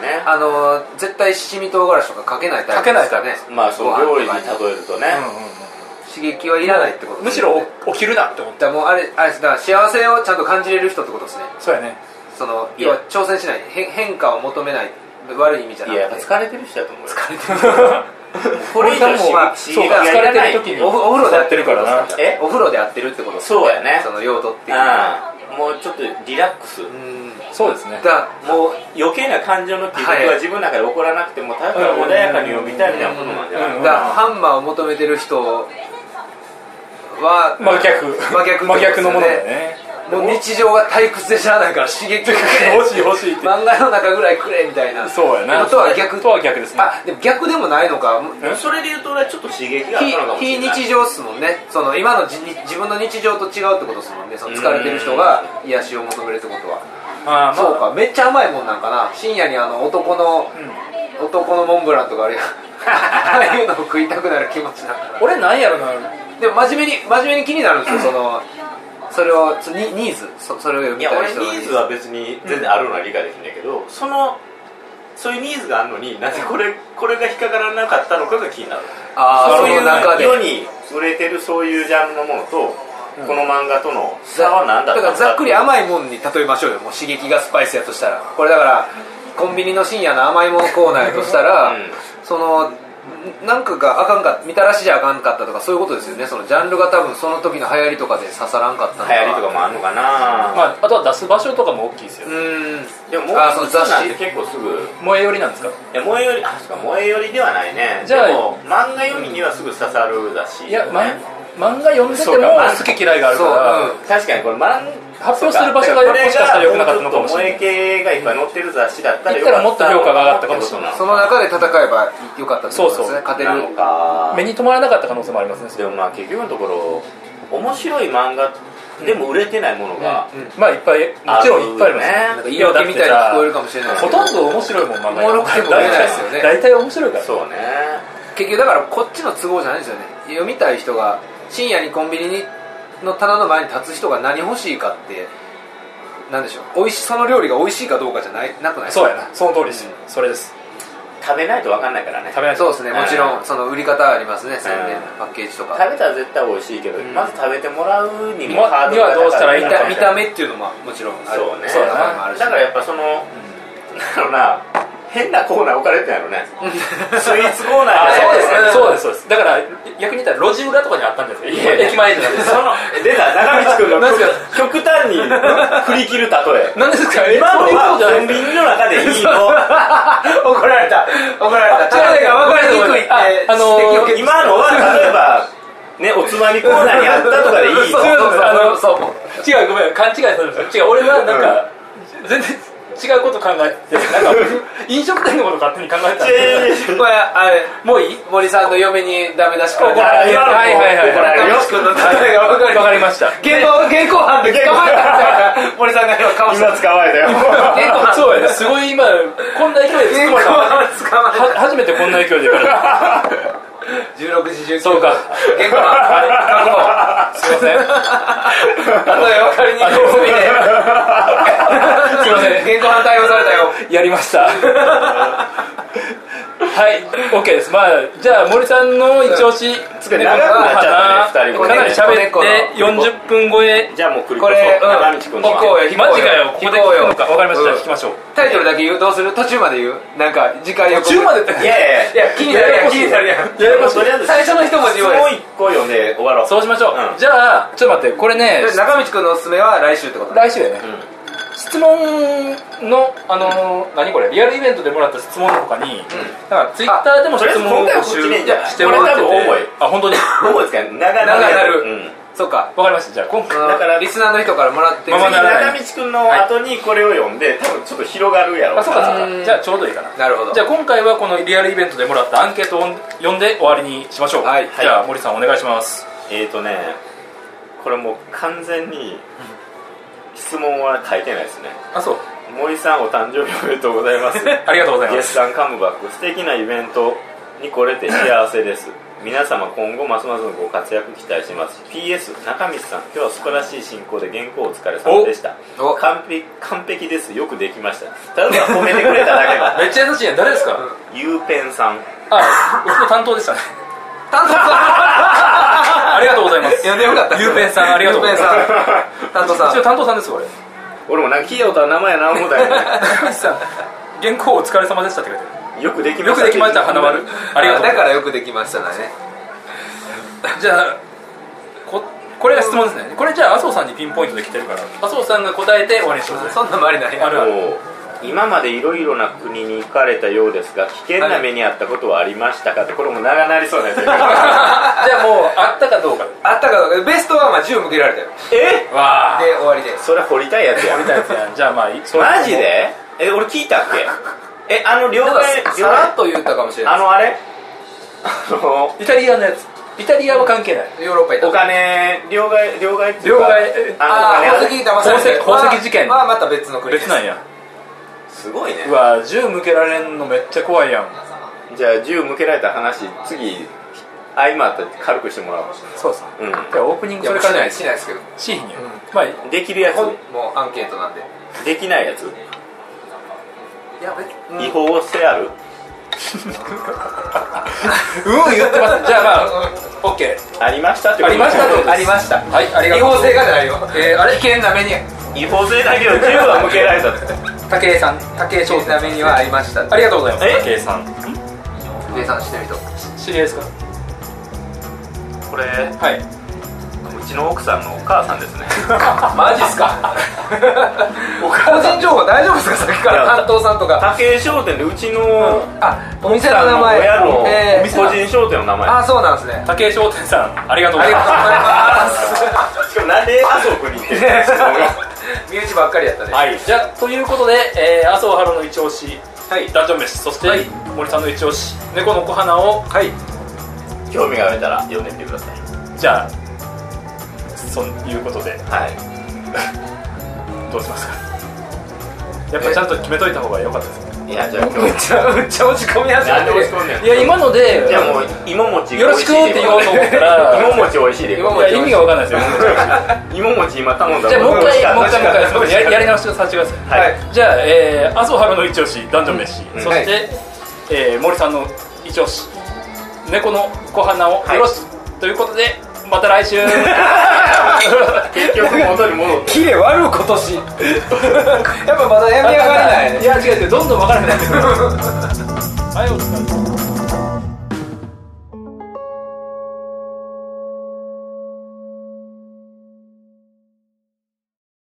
C: ね
B: あのー絶対七味唐辛子とかかけないタイプですかね
A: か
C: まあその料理に例えるとね、
A: うんうんうん
B: 刺激はいらないってこと
A: む
B: です
A: し
B: ね
A: ろお起きるなって思って
B: だからもうあれあれですだから幸せをちゃんと感じれる人ってことですね
A: そう やね
B: その
C: い
B: 要
C: や
B: は挑戦しない変変化を求めない悪い意味じゃない
C: ややっ
B: く
C: ぱ
B: て
C: 疲れてる人だと思うよ
B: 疲れてる
C: これ以上刺
B: まあ
C: 激
B: そう
C: 刺激が
B: か
C: いら
A: 疲
C: な
A: れ
C: い
A: てる時に
B: おお風呂でやってるからな
C: え
B: お風呂でやってるってことですね
C: そうやね
B: その用途っていうのは
C: うんもうちょっとリラックス
B: うん
A: そうですね
B: だからもう
C: 余計な感情の起伏
B: はい
C: は自分の中で起こらなくてもただただ穏やかに読みたいみたいなことなんじゃない
A: うん
B: だからハンマーを求めてる人は
A: 真逆
B: 真逆
A: 真逆のものだよね
B: もう日常が退屈でしゃあないから刺激が
A: 欲しい欲しいって
B: 漫画の中ぐらいくれみたいな
A: そうやな
B: ことは逆
A: とは逆ですね
B: あでも逆でもないのか
C: うんそれで言うと俺はちょっと刺激があっ
B: 非
C: たのかもしれ
B: 非
C: ない
B: 日常っすもんねその今のじ自分の日常と違うってことですもんねその疲れてる人が癒しを求めるってことは
A: あーまあ
B: そうかめっちゃ甘いもんなんかな深夜にあの男の、男のモンブランとかあるやんああいうのを食いたくなる気持ちなんかな
A: 俺なんやろな
B: でも真面目に真面目に気になるんですよそのそれをそニニーズそそれを読
C: い
B: み
C: や
B: た
C: 俺
B: い人の
C: ニーズは別に全然あるのは理解できないけど、そのそういうニーズがあるのになぜこれこれが引っかからなかったのかが気になる
B: ああそういう
C: の
B: 中で
C: 世に売れてるそういうジャンルのものと、この漫画との差は何だっ
B: だ
C: たん
B: からざっくり
C: あ
B: 甘いもんに例えましょうよもう刺激がスパイスやとしたらこれだからコンビニの深夜の甘いものコーナーやとしたら、
C: うん
B: そのなんかがあかんかみたらしじゃあかんかったとかそういうことですよねそのジャンルが多分その時の流行りとかで刺さらんかったの
C: 流行りとかもあるのかな、
A: まあ、あとは出す場所とかも大きいですよ
B: うーん
C: でももう
B: あその雑誌
C: なんて結構すぐ
A: 萌え寄りなんですか
C: いや萌えよりあそうか萌えよりではないね
A: じゃあ
C: でも漫画読みにはすぐ刺さるだし
A: いや、ま
C: ね、
A: 漫画読んでて
C: そう
A: も
C: かまあ
A: 好き嫌いがあるから、
B: そう
C: 確かにこれ漫
A: 発表する場所が
C: そう
A: もしかしたら良くなかったのかもしれない
C: これが萌え系がいっぱい載ってる雑誌だったら
A: 言ったらもっと評価が上がったかもしれない
B: その中で戦えばよかったってことですね
A: そうそう
B: 勝て
C: なの
B: る
C: か
A: 目に留まらなかった可能性もありますね、それ
C: でもまあ結局のところ面白い漫画でも売れてないものが、
A: まあいっぱい、もちろんいっぱいありますよ
C: あるよね
B: なんか言い訳みたいに聞こえるかもしれないです
A: ほ
B: けど
A: とんど面白いもん、漫
B: お
A: 画
B: もろくても見えないですよね
A: 大体面白いから。
C: そうね
B: 結局だからこっちの都合じゃないんですよね読みたい人が深夜にコンビニにの棚の前に立つ人が何欲しいかってなんでしょう美味しその料理が美味しいかどうかじゃないなくないですか
A: そうやな、その通りですよ。それです。
C: 食べないと分かんないからね
A: 食べないと
B: そうですねもちろんその売り方ありますね宣伝
C: うん
B: パッケージとか
C: 食べたら絶対美味しいけど、まず食べてもらうに
A: も
C: もハードルが
A: には
C: 高い
A: どうしたらいい
B: 見
A: んだろ
B: た
A: う
B: 見た目っていうのももちろんある
C: そうね
B: そうだな
C: だからやっぱその、なんだろうな変なコーナー置かれてないのねスイーツコーナ
A: あ
C: ーじゃ
A: そう
C: ない
A: ですねそうです、そ
C: の、
A: うです。だから、逆に言ったら、路地裏とかにあったんですよ。
C: いやいや
A: 駅前じゃないです
C: その出た長道君の
A: なんです
C: 極端に振り切る例え
A: なんですか、
C: 今のは
A: そうい
C: コ
A: う
C: ン
A: ことじゃない
C: ビニの中でいいの
B: 怒られた怒られた
A: 違う
B: 誰が分かりにくいって
A: ああのー
B: 指摘を受け
C: 今のは例えばねおつまみコーナーにあったとかでいいの
A: そうそうそう
B: そう
A: あの違う、ごめん、勘違いするんですよ。違う、俺はなんか、全然違うこと考えて、なんか、飲食店のこと勝手に考えてたん
C: いやい
A: で
C: やいや
B: これあれ
A: もういい
B: 森さんの嫁にダメ出しか
A: 怒られる
B: はいはいはい
A: 怒られるよ
B: 中西君の例えが分かり
A: わかりました。
B: 現場現行犯で捕まえたみたいな森さんが今顔して
C: 今捕まえたよ
A: 結構そうやね、すごい今、こんな勢いで突っ込まれ
B: 捕まえた
A: た。は初めてこんな勢いで行かれた。
B: 16時19分
A: そうか。
B: 現行犯あ
A: すいませ
B: れ例
A: ん。
B: え分かりにくい罪です
A: いません
B: 現行犯逮捕されたよ
A: やりました。はい、OK です。まあ、じゃあ、森さんの一押し、
C: つか長くなっちゃったね二人も
A: かなり喋って
B: 猫の
A: 40分超え。
C: じゃあもう繰り
B: これ
C: 返そう長道君の
B: 聞こうよ
A: マジかよ、ここで聞くのか。わかりました、
B: うん
A: 聞きましょう。
B: タイトルだけ言うどうする途中まで言うなんか次回予告
A: 10までって。
C: いやいや
B: いや気になるやん気になるやん
C: やでもとりあえず
B: 最初の一文字
C: 質
B: 言おう
C: 問一個読んで終わろう
A: そうしましょう。
C: うん
A: じゃあ、ちょっと待って、これね、
B: で中道君のおすすめは来週ってことね
A: 来週やね、質問の、あのー何これ、リアルイベントでもらった質問の他に、なんかツイッターでも
C: とりあえ
A: 質
C: ず
A: 問
C: 今
A: を
C: 回は
A: 募
C: こっちでいいん
A: 集
C: じゃない
A: してもらってて、
C: これ多分重い
A: あ、本当に。
C: どうですか長々
B: 長々る
C: うん
B: そうか
A: わかりました、じゃあ今回、
B: だ
C: だ
B: か
C: からら
B: リスナーの人からもらって
A: まあまあなら
C: 長道君の後にこれを読んで多分ちょっと広がるやろ
A: あ、そうかそう
B: うん
A: か、じゃあちょうどいいかな。
B: なるほど
A: じゃあ今回はこのリアルイベントでもらったアンケートを読んで終わりにしましょう。
B: はい
A: じゃあ森さんお願いします。
C: えーとねこれもう完全に質問は書いてないですね
A: あ、そう。
C: 森さんお誕生日おめでとうございます
A: ありがとうございま
C: 月
A: す。
C: 産カムバック素敵なイベントに来れて幸せです皆様今後ますますのご活躍期待します PS 中道さん今日は素晴らしい進行で原稿お疲れ様でした
B: おお
C: 完璧完璧ですよくできましたただ褒めてくれただ
A: めっちゃ優しいやん、誰ですか、
C: けゆうペンさん
A: あ、僕の担当で したね。
B: 担当さん
A: ありがとうございます。
B: 呼んでよかった
A: ゆうぺんさん、ありがとうございます。
B: ゆうぺんさん担当さん
A: 一応担当さんです、俺。
C: 俺もなんか聞いたことある名前やな思うたん や
A: 中道さん原稿お疲れ様でしたって書いてあ
C: ねよくでき
A: る
C: ま
A: よ
C: した
A: くできました花丸ありがとう
B: だからよくできましたね
A: じゃあここれが質問ですねこれじゃあ麻生さんにピンポイントで来てるから麻生さんが答えて終わりにしてくださ
B: そんなまりない
A: ある
C: 今までいろいろな国に行かれたようですが危険な目に遭ったことはありましたかってこれも長なりそうなんですよ
A: い じゃあもうあったかどうか
B: あったかどうかベストはまあ銃向けられたよ
C: え
A: わ
B: で終わりで
C: それ掘りたいやつや
A: みたいなやつやんじゃあまあいそれ
C: マジでえ俺聞いたっけえあの両
B: なん
C: 替
B: かさ
C: 両
B: らっ
C: 替
B: と言ったかもしれな
C: あ
B: い
C: のあれあの
A: イタリアのやつイタリアは関係ない
B: ヨーロッパ行
C: お
B: った
C: 金両替両替っていう
A: 両
C: か
A: 替
C: あの
B: あ
C: お
B: あ
C: 金あ
B: 宝
C: れ
B: 石騙されて
A: 宝石宝石事件
B: まあまあまた別の国で
A: 別
B: す
A: なんや
C: すごいね
A: うわ銃向けられんのめっちゃ怖いやん
C: じゃあ銃向けられた話次合間あったら軽くしてもらおう
A: そうさ
C: うん
A: じゃあオープニング
B: いや
A: そ
B: も
A: れ
B: うしな
A: からじゃない
B: い
A: で
B: し
A: す
B: ないですけど
A: シーンやまあいい
C: できるや
B: ほん
C: つ
B: もうアンケートなんで
C: できないやつ
B: いや別に
C: 違法性ある
A: うん言ってますじゃあまあ OK
C: ありましたってこと
A: ありましたってことです
B: ありました
A: はいありが
B: 違
A: とう
B: 法性がじゃないよえーあれ危険な目に
C: 違法性だけど銃は向けられ たって
A: 武井さん武井
B: 危
A: 翔
B: 険な目にはありました
A: ありがとうございます
C: え
A: 武井さん
B: 計算してる人
A: 知り合いですか
C: これ
A: はいう
C: ちの奥さんのお母さん ですね
A: マジっすか
B: 個人情報大丈夫ですかさっきから担当さんとか
C: 竹井商店でうちの
B: あお
C: 奥
B: 店の
C: さん
B: 名
C: の
B: 前
C: 親の
B: えー
C: 個人商店の名前
B: あそうなんですね
A: 竹井商店さんありがとうご
B: あ
A: ざ
B: り
A: い
B: が
A: ま
B: と
A: す
B: うございま
C: しかもなんで麻生君に行ってるんです か
B: す身内ばっかりやったね
A: はい、じゃあということで、えー、麻生春の一押し、
B: はい
A: ダンジョン飯そして、
B: はい
A: 森さんの一押し猫の小花を
B: はい
C: 興味があれたら読んでみてください
A: じゃあそういうことで
C: はい
A: どうしますかやっぱちゃんと決めといた方が良かったですね
C: いやじゃあ今
B: めっ
C: 日
B: ちゃめっちゃ落ち込み始
C: なんで
B: め
C: 落
B: て
C: ち込んねん
A: いや今ので
C: いやもう芋餅
A: よろしくって言おうと思ったら
C: 芋餅美味しいで
B: 芋
A: いや意味が分 かんないですよ
C: 芋餅今頼んだ
A: じゃあもう一回もう一回もう一回もう一回やりやり
C: な
A: 直しをさせてください
C: はい
A: じゃあ、えー、麻生春の一押し男女飯、
C: うん
A: そして、えー森さんの一押し猫の小花をよろし、ということでまた来週
C: 結局元に戻って
B: キレ悪い今年やっぱまだ病み上がれないね
A: いや違う違うどんどん分からなくなってくるはいお疲れ様